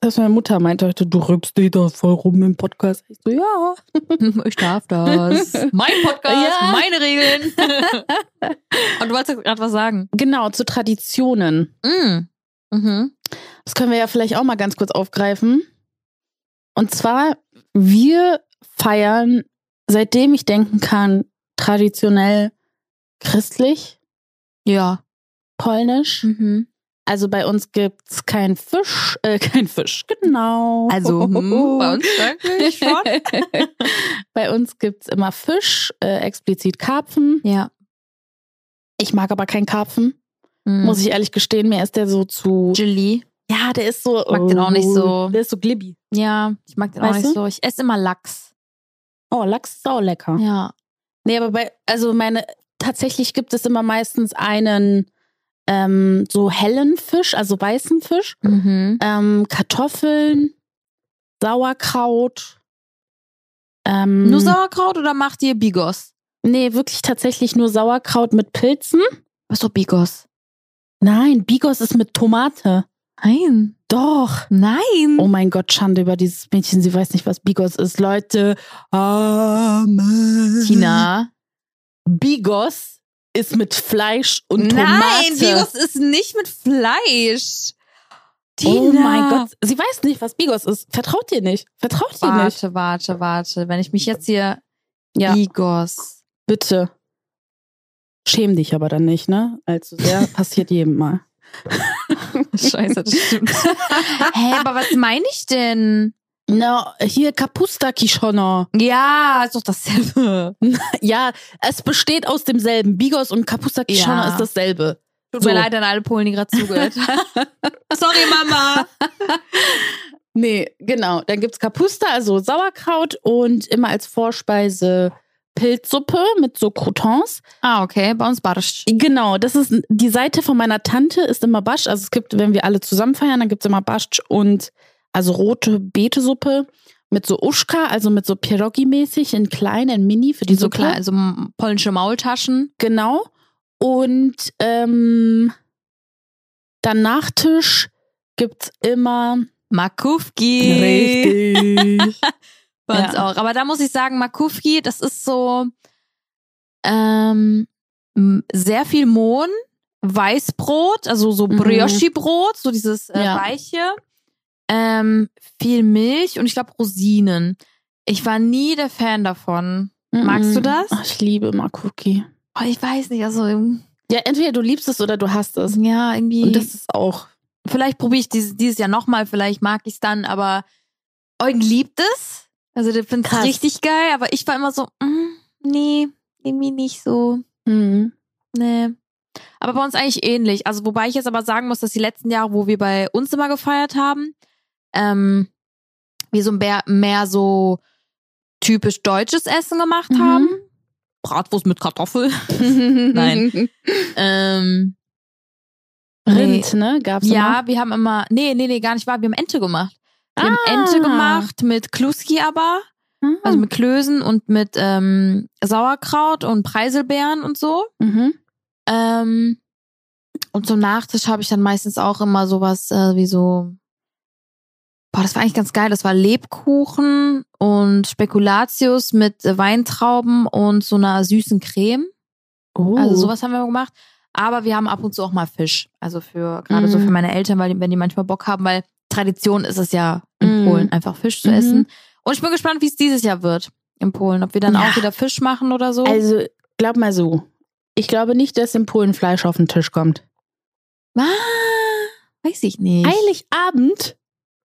Speaker 2: dass meine Mutter meinte heute, du rübst dich da voll rum im Podcast. Ich so, ja.
Speaker 1: Ich darf das. Mein Podcast,
Speaker 2: Ja.
Speaker 1: meine Regeln. Und du wolltest gerade was sagen.
Speaker 2: Genau, zu Traditionen.
Speaker 1: Mhm. Mhm.
Speaker 2: Das können wir ja vielleicht auch mal ganz kurz aufgreifen. Und zwar, wir feiern, seitdem ich denken kann, traditionell christlich,
Speaker 1: Ja.
Speaker 2: polnisch.
Speaker 1: Mhm.
Speaker 2: Also bei uns gibt's kein Fisch, äh, kein Fisch, genau.
Speaker 1: Also hm, bei uns wirklich schon.
Speaker 2: bei uns gibt's immer Fisch, äh, explizit Karpfen.
Speaker 1: Ja.
Speaker 2: Ich mag aber keinen Karpfen,
Speaker 1: hm.
Speaker 2: muss ich ehrlich gestehen. Mir ist der so zu.
Speaker 1: Jelly.
Speaker 2: Mhm. Ja, der ist so.
Speaker 1: Mag den auch nicht so.
Speaker 2: Der ist so glibby.
Speaker 1: Ja, ich mag den auch
Speaker 2: Weißt
Speaker 1: nicht
Speaker 2: du?
Speaker 1: so. Ich esse immer Lachs.
Speaker 2: Oh, Lachs ist auch lecker.
Speaker 1: Ja.
Speaker 2: Nee, aber bei, also meine, tatsächlich gibt es immer meistens einen ähm, so hellen Fisch, also weißen Fisch.
Speaker 1: Mhm.
Speaker 2: Ähm, Kartoffeln, Sauerkraut. Ähm,
Speaker 1: Nur Sauerkraut oder macht ihr Bigos?
Speaker 2: Nee, wirklich tatsächlich nur Sauerkraut mit Pilzen.
Speaker 1: Was doch Bigos?
Speaker 2: Nein, Bigos ist mit Tomate.
Speaker 1: Nein.
Speaker 2: Doch.
Speaker 1: Nein.
Speaker 2: Oh mein Gott, Schande über dieses Mädchen. Sie weiß nicht, was Bigos ist. Leute. Amen.
Speaker 1: Tina.
Speaker 2: Bigos ist mit Fleisch und Tomate.
Speaker 1: Nein, Bigos ist nicht mit Fleisch. Tina.
Speaker 2: Oh mein Gott. Sie weiß nicht, was Bigos ist. Vertraut ihr nicht. Vertraut ihr nicht.
Speaker 1: Warte, warte, warte. Wenn ich mich jetzt hier.
Speaker 2: Ja.
Speaker 1: Bigos.
Speaker 2: Bitte. Schäm dich aber dann nicht, ne? Allzu sehr passiert jedem mal.
Speaker 1: Scheiße, das stimmt. Hä, aber was meine ich denn?
Speaker 2: Na, hier Kapusta Kishono.
Speaker 1: Ja, ist doch dasselbe.
Speaker 2: Ja, es besteht aus demselben. Bigos und Kapusta Kishono
Speaker 1: Ja.
Speaker 2: ist dasselbe.
Speaker 1: Tut
Speaker 2: So.
Speaker 1: mir leid an alle Polen, die gerade zugehört haben. Sorry, Mama.
Speaker 2: Nee, genau. Dann gibt's Kapusta, also Sauerkraut und immer als Vorspeise Pilzsuppe mit so Croutons.
Speaker 1: Ah, okay. Bei uns Barsch.
Speaker 2: Genau, das ist die Seite von meiner Tante ist immer Basch. Also es gibt, wenn wir alle zusammen feiern, dann gibt's immer Basch und also rote Beetesuppe mit so Uschka, also mit so Pierogi-mäßig in klein, in mini für die
Speaker 1: Die so
Speaker 2: Suppe.
Speaker 1: klein, also m- polnische Maultaschen.
Speaker 2: Genau. Und ähm, dann Nachtisch gibt's immer
Speaker 1: Makufki. Bei uns
Speaker 2: Ja.
Speaker 1: auch. Aber da muss ich sagen, Makufki, das ist so ähm, m- sehr viel Mohn, Weißbrot, also so
Speaker 2: Mhm.
Speaker 1: Brioche-Brot, so dieses äh,
Speaker 2: Ja.
Speaker 1: Weiche, ähm, viel Milch und ich glaube Rosinen. Ich war nie der Fan davon. Magst du das?
Speaker 2: Mhm. Ach, ich liebe Makuki.
Speaker 1: Oh, ich weiß nicht, also ähm,
Speaker 2: Ja, entweder du liebst es oder du hast es.
Speaker 1: ja, irgendwie.
Speaker 2: Und das ist auch.
Speaker 1: vielleicht probiere ich dieses, dieses Jahr nochmal, vielleicht mag ich es dann, aber Eugen liebt es. Also der findet es
Speaker 2: Krass.
Speaker 1: richtig geil, aber ich war immer so, mm, nee, irgendwie nicht so,
Speaker 2: Mhm.
Speaker 1: nee. Aber bei uns eigentlich ähnlich. Also wobei ich jetzt aber sagen muss, dass die letzten Jahre, wo wir bei uns immer gefeiert haben, ähm, wir so mehr, mehr so typisch deutsches Essen gemacht
Speaker 2: Mhm.
Speaker 1: haben. Bratwurst mit Kartoffel.
Speaker 2: Mhm.
Speaker 1: Nein. ähm, nee.
Speaker 2: Rind, ne? Gab's
Speaker 1: Ja, wir haben immer, nee, nee, nee, gar nicht wahr. Wir haben Ente gemacht. Wir haben
Speaker 2: Ah. Oh.
Speaker 1: Ente gemacht mit Kluski aber,
Speaker 2: immer? Ah,
Speaker 1: also mit Klößen und mit ähm, Sauerkraut und Preiselbeeren und so.
Speaker 2: mhm.
Speaker 1: Ähm, und zum Nachtisch habe ich dann meistens auch immer sowas äh, wie so, boah, das war eigentlich ganz geil. Das war Lebkuchen und Spekulatius mit äh, Weintrauben und so einer süßen Creme.
Speaker 2: Oh.
Speaker 1: Uh. Also sowas haben wir gemacht. Aber wir haben ab und zu auch mal Fisch. Also für, gerade so
Speaker 2: Mhm.
Speaker 1: für meine Eltern, weil die, wenn die manchmal Bock haben, weil Tradition ist es ja in
Speaker 2: Mhm.
Speaker 1: Polen, einfach Fisch zu
Speaker 2: Mhm.
Speaker 1: essen. Und ich bin gespannt, wie es dieses Jahr wird in Polen. Ob wir dann
Speaker 2: Ja.
Speaker 1: auch wieder Fisch machen oder so.
Speaker 2: Also, glaub mal so. Ich glaube nicht, dass in Polen Fleisch auf den Tisch kommt.
Speaker 1: ah, weiß ich nicht.
Speaker 2: Heiligabend?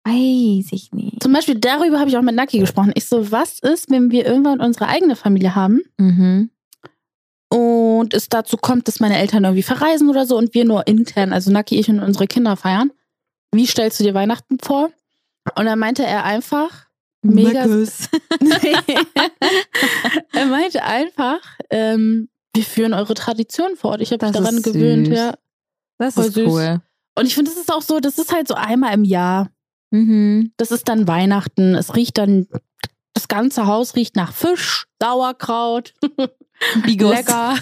Speaker 1: Weiß ich nicht.
Speaker 2: Zum Beispiel darüber habe ich auch mit Naki gesprochen. Ich so, was ist, wenn wir irgendwann unsere eigene Familie haben
Speaker 1: Mhm.
Speaker 2: und es dazu kommt, dass meine Eltern irgendwie verreisen oder so und wir nur intern, also Naki, ich und unsere Kinder feiern. Wie stellst du dir Weihnachten vor? Und dann meinte er einfach, Mega-
Speaker 1: Meckes.
Speaker 2: er meinte einfach, ähm, wir führen eure Tradition fort. Ich habe mich
Speaker 1: Das
Speaker 2: daran
Speaker 1: ist
Speaker 2: gewöhnt,
Speaker 1: süß.
Speaker 2: ja.
Speaker 1: Das
Speaker 2: Voll
Speaker 1: ist
Speaker 2: süß.
Speaker 1: cool.
Speaker 2: Und ich finde, das ist auch so, das ist halt so einmal im Jahr.
Speaker 1: Mhm.
Speaker 2: Das ist dann Weihnachten. Es riecht dann, das ganze Haus riecht nach Fisch, Sauerkraut,
Speaker 1: Bigos.
Speaker 2: lecker.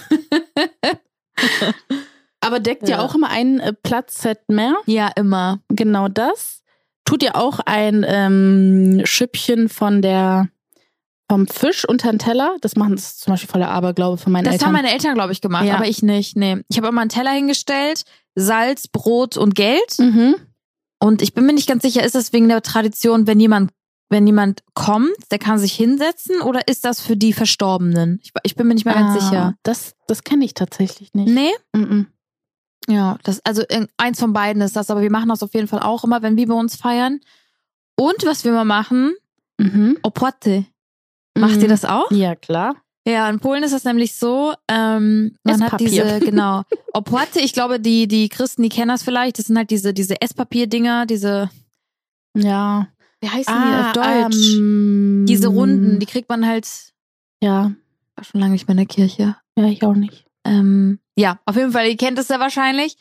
Speaker 2: Aber deckt ja.
Speaker 1: Ja.
Speaker 2: auch immer einen äh, Platzset mehr.
Speaker 1: Ja, immer.
Speaker 2: Genau das. Tut ihr auch ein ähm, Schüppchen von der vom Fisch unter den Teller? Das machen das ist zum Beispiel voller Aberglaube von meinen
Speaker 1: Das haben
Speaker 2: Eltern.
Speaker 1: meine Eltern, glaube ich, gemacht,
Speaker 2: Ja.
Speaker 1: aber ich nicht. Nee. Ich habe immer einen Teller hingestellt, Salz, Brot und Geld.
Speaker 2: mhm.
Speaker 1: Und ich bin mir nicht ganz sicher, ist das wegen der Tradition, wenn jemand, wenn jemand kommt, der kann sich hinsetzen oder ist das für die Verstorbenen? Ich, ich bin mir nicht mehr
Speaker 2: Ah,
Speaker 1: ganz sicher.
Speaker 2: Das, das kenne ich tatsächlich nicht.
Speaker 1: Nee?
Speaker 2: Mhm.
Speaker 1: Ja, das, also in- eins von beiden ist das, aber wir machen das auf jeden Fall auch immer, wenn wir bei uns feiern. Und was wir immer machen,
Speaker 2: Mhm.
Speaker 1: Opote. Macht ihr das auch?
Speaker 2: Ja, klar.
Speaker 1: Mhm. Ja, in Polen ist das nämlich so, ähm, man hat
Speaker 2: Esspapier.
Speaker 1: diese, genau, Opłaty, ich glaube, die, die Christen, die kennen das vielleicht, das sind halt diese, diese Esspapier-Dinger, diese,
Speaker 2: Ja.
Speaker 1: wie heißen die auf Deutsch?
Speaker 2: Ah, ähm,
Speaker 1: diese Runden, die kriegt man halt,
Speaker 2: ja,
Speaker 1: war schon lange nicht mehr in der Kirche.
Speaker 2: ja, ich auch nicht.
Speaker 1: Ähm, ja, auf jeden Fall, ihr kennt das ja wahrscheinlich.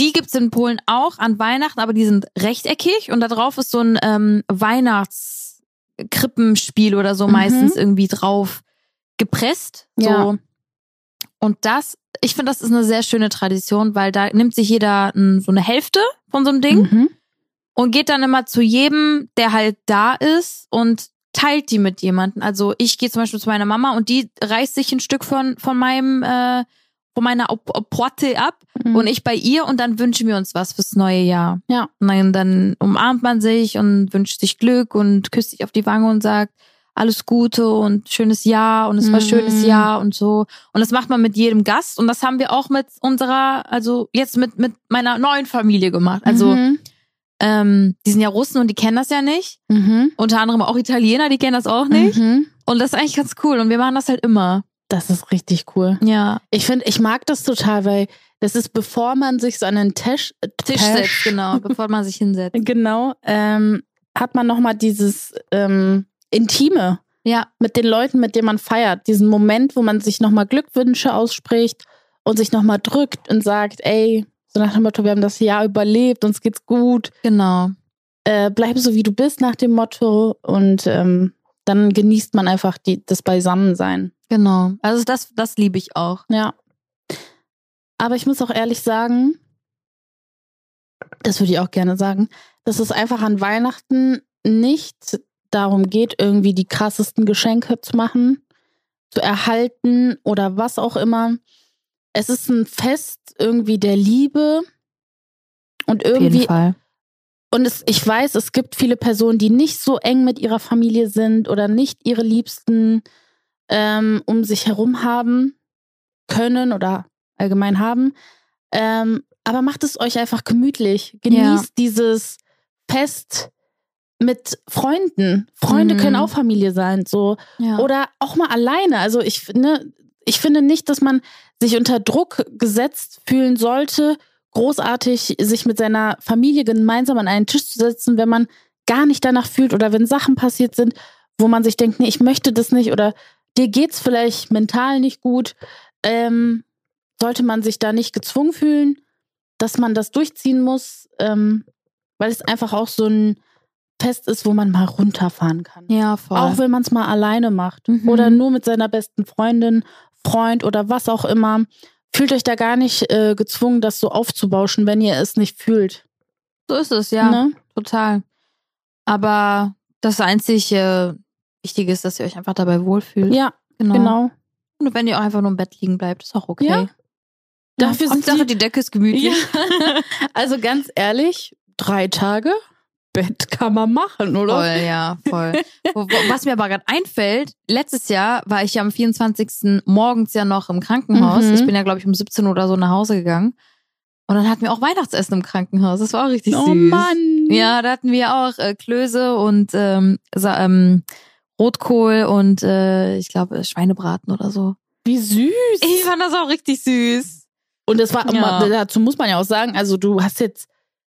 Speaker 1: Die gibt's in Polen auch an Weihnachten, aber die sind rechteckig und da drauf ist so ein ähm, Weihnachtskrippenspiel oder so
Speaker 2: Mhm.
Speaker 1: meistens irgendwie drauf gepresst. So.
Speaker 2: Ja.
Speaker 1: Und das, ich finde, das ist eine sehr schöne Tradition, weil da nimmt sich jeder m, so eine Hälfte von so einem Ding
Speaker 2: Mhm.
Speaker 1: und geht dann immer zu jedem, der halt da ist und teilt die mit jemandem. Also ich gehe zum Beispiel zu meiner Mama und die reißt sich ein Stück von, von meinem, äh, von meiner Op- Opotte ab
Speaker 2: Mhm.
Speaker 1: und ich bei ihr und dann wünschen wir uns was fürs neue Jahr.
Speaker 2: Ja.
Speaker 1: Und dann, dann umarmt man sich und wünscht sich Glück und küsst sich auf die Wange und sagt, alles Gute und schönes Jahr und es war
Speaker 2: Mhm.
Speaker 1: schönes Jahr und so. Und das macht man mit jedem Gast und das haben wir auch mit unserer, also jetzt mit, mit meiner neuen Familie gemacht. Also
Speaker 2: mhm.
Speaker 1: ähm, die sind ja Russen und die kennen das ja nicht.
Speaker 2: Mhm.
Speaker 1: Unter anderem auch Italiener, die kennen das auch nicht.
Speaker 2: Mhm.
Speaker 1: Und das ist eigentlich ganz cool. Und wir machen das halt immer.
Speaker 2: Das ist richtig cool.
Speaker 1: Ja.
Speaker 2: Ich finde, ich mag das total, weil das ist, bevor man sich so an den Tisch, äh,
Speaker 1: Tisch setzt, genau, bevor man sich hinsetzt.
Speaker 2: genau, ähm, hat man nochmal dieses ähm, Intime
Speaker 1: Ja,
Speaker 2: mit den Leuten, mit denen man feiert. Diesen Moment, wo man sich nochmal Glückwünsche ausspricht und sich nochmal drückt und sagt, ey, so nach dem Motto, wir haben das Jahr überlebt, uns geht's gut.
Speaker 1: genau.
Speaker 2: äh, bleib so wie du bist nach dem Motto und ähm, dann genießt man einfach die, das Beisammensein.
Speaker 1: Genau. Also das, das liebe ich auch.
Speaker 2: Ja. Aber ich muss auch ehrlich sagen, das würde ich auch gerne sagen, dass es einfach an Weihnachten nicht darum geht, irgendwie die krassesten Geschenke zu machen, zu erhalten oder was auch immer. Es ist ein Fest irgendwie der Liebe und irgendwie
Speaker 1: Fall.
Speaker 2: und es, ich weiß, es gibt viele Personen, die nicht so eng mit ihrer Familie sind oder nicht ihre Liebsten ähm, um sich herum haben können oder allgemein haben. Ähm, aber macht es euch einfach gemütlich. Genießt
Speaker 1: Ja.
Speaker 2: dieses Fest mit Freunden. Freunde
Speaker 1: Mhm.
Speaker 2: können auch Familie sein. So.
Speaker 1: Ja.
Speaker 2: Oder auch mal alleine. Also ich finde, ich finde nicht, dass man sich unter Druck gesetzt fühlen sollte, großartig sich mit seiner Familie gemeinsam an einen Tisch zu setzen, wenn man gar nicht danach fühlt oder wenn Sachen passiert sind, wo man sich denkt, nee, ich möchte das nicht oder dir geht's vielleicht mental nicht gut. Ähm, sollte man sich da nicht gezwungen fühlen, dass man das durchziehen muss, ähm, weil es einfach auch so ein Fest ist, wo man mal runterfahren kann.
Speaker 1: ja, voll.
Speaker 2: Auch wenn man es mal alleine macht
Speaker 1: Mhm.
Speaker 2: oder nur mit seiner besten Freundin, Freund oder was auch immer. Fühlt euch da gar nicht äh, gezwungen, das so aufzubauschen, wenn ihr es nicht fühlt.
Speaker 1: so ist es, ja.
Speaker 2: Ne?
Speaker 1: Total. Aber das einzig äh, Wichtige ist, dass ihr euch einfach dabei wohlfühlt.
Speaker 2: Ja, genau.
Speaker 1: Und wenn ihr auch einfach nur im Bett liegen bleibt, ist auch okay.
Speaker 2: Ja. Dafür sind
Speaker 1: Hauptsache,
Speaker 2: die,
Speaker 1: die Decke ist gemütlich.
Speaker 2: Ja. Also ganz ehrlich, drei Tage Bett kann man machen,
Speaker 1: Voll,
Speaker 2: oder?
Speaker 1: ja, voll. Wo- wo- Was mir aber gerade einfällt, letztes Jahr war ich ja am 24. morgens ja noch im Krankenhaus.
Speaker 2: Mhm.
Speaker 1: Ich bin ja, glaube ich, um 17 Uhr oder so nach Hause gegangen. Und dann hatten wir auch Weihnachtsessen im Krankenhaus. Das war auch richtig süß.
Speaker 2: oh Mann.
Speaker 1: Ja, da hatten wir auch äh, Klöße und ähm, Sa ähm, Rotkohl und äh, ich glaube Schweinebraten oder so.
Speaker 2: Wie süß.
Speaker 1: Ich fand das auch richtig süß.
Speaker 2: Und das war
Speaker 1: Ja.
Speaker 2: immer, dazu muss man ja auch sagen, also du hast jetzt,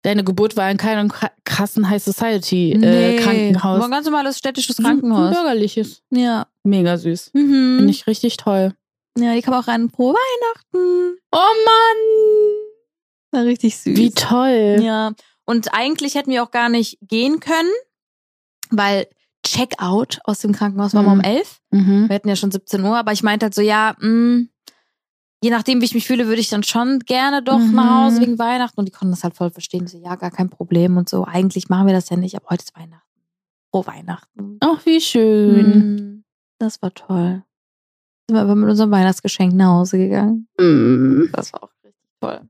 Speaker 2: deine Geburt war in keinem kra- krassen High Society äh,
Speaker 1: War ein
Speaker 2: Krankenhaus.
Speaker 1: ganz normales städtisches
Speaker 2: Ein- Ein
Speaker 1: Krankenhaus.
Speaker 2: bürgerliches.
Speaker 1: Ja.
Speaker 2: Mega süß.
Speaker 1: Mhm.
Speaker 2: Finde ich richtig toll.
Speaker 1: Ja, die kam auch rein pro Weihnachten.
Speaker 2: Oh Mann.
Speaker 1: War richtig süß.
Speaker 2: Wie toll.
Speaker 1: Ja. Und eigentlich hätten wir auch gar nicht gehen können, weil Checkout aus dem Krankenhaus war mal
Speaker 2: Mhm.
Speaker 1: um 11.
Speaker 2: Mhm.
Speaker 1: Wir hatten ja schon 17 Uhr, aber ich meinte halt so, ja, mh, je nachdem, wie ich mich fühle, würde ich dann schon gerne doch
Speaker 2: Mhm.
Speaker 1: nach Hause wegen Weihnachten. Und die konnten das halt voll verstehen. So, ja, gar kein Problem und so. Eigentlich machen wir das ja nicht, aber heute ist Weihnachten. Frohe Weihnachten.
Speaker 2: Ach, wie schön.
Speaker 1: Mhm. Das war toll. Sind wir aber mit unserem Weihnachtsgeschenk nach Hause gegangen.
Speaker 2: Mhm.
Speaker 1: Das war auch richtig toll.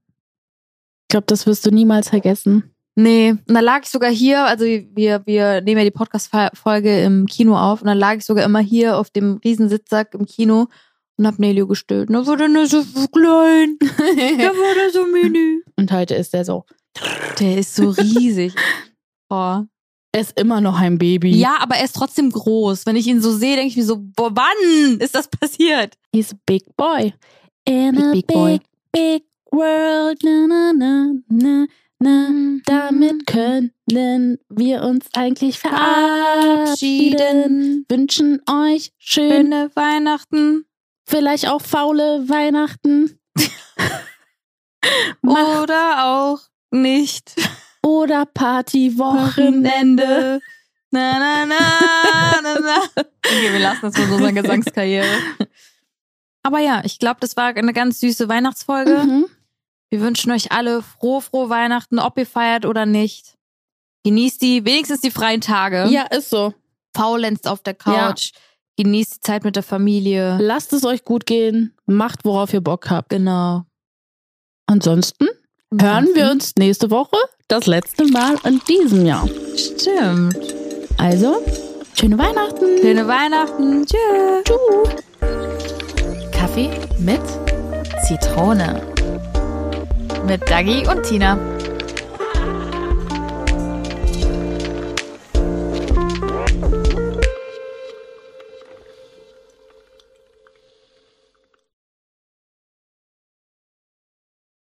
Speaker 2: Ich glaube, das wirst du niemals vergessen.
Speaker 1: Nee, und da lag ich sogar hier, also wir, wir nehmen ja die Podcast-Folge im Kino auf und dann lag ich sogar immer hier auf dem Riesensitzsack im Kino und hab Nelio gestillt. Und er wurde nur so klein, der wurde so mini.
Speaker 2: Und heute ist er so.
Speaker 1: Der ist so riesig. Oh.
Speaker 2: Er ist immer noch ein Baby.
Speaker 1: Ja, aber er ist trotzdem groß. Wenn ich ihn so sehe, denke ich mir so, boah, wann ist das passiert?
Speaker 2: He's a big boy. In
Speaker 1: Big,
Speaker 2: a
Speaker 1: big
Speaker 2: big,
Speaker 1: boy.
Speaker 2: big, world. Na, na, na, na, na. Damit können wir uns eigentlich verabschieden.
Speaker 1: Verabschieden.
Speaker 2: Wünschen euch schön,
Speaker 1: Schöne Weihnachten
Speaker 2: vielleicht auch faule Weihnachten Macht-
Speaker 1: oder auch nicht.
Speaker 2: oder Partywochen.
Speaker 1: Wochenende. Na, na, na, na, na. Okay, wir lassen das mit unserer Gesangskarriere. Aber ja, ich glaube, das war eine ganz süße Weihnachtsfolge.
Speaker 2: Mhm.
Speaker 1: Wir wünschen euch alle frohe, frohe Weihnachten, ob ihr feiert oder nicht. Genießt die, wenigstens die freien Tage.
Speaker 2: Ja, ist so.
Speaker 1: Faulenzt auf der Couch. Genießt die Zeit mit der Familie.
Speaker 2: Lasst es euch gut gehen. Macht, worauf ihr Bock habt.
Speaker 1: Genau.
Speaker 2: Ansonsten hören wir uns nächste Woche das letzte Mal in diesem Jahr.
Speaker 1: Stimmt.
Speaker 2: Also, schöne Weihnachten.
Speaker 1: Schöne Weihnachten. Tschüss.
Speaker 2: Tschüss.
Speaker 4: Kaffee mit Zitrone.
Speaker 1: Mit Dagi und Tina.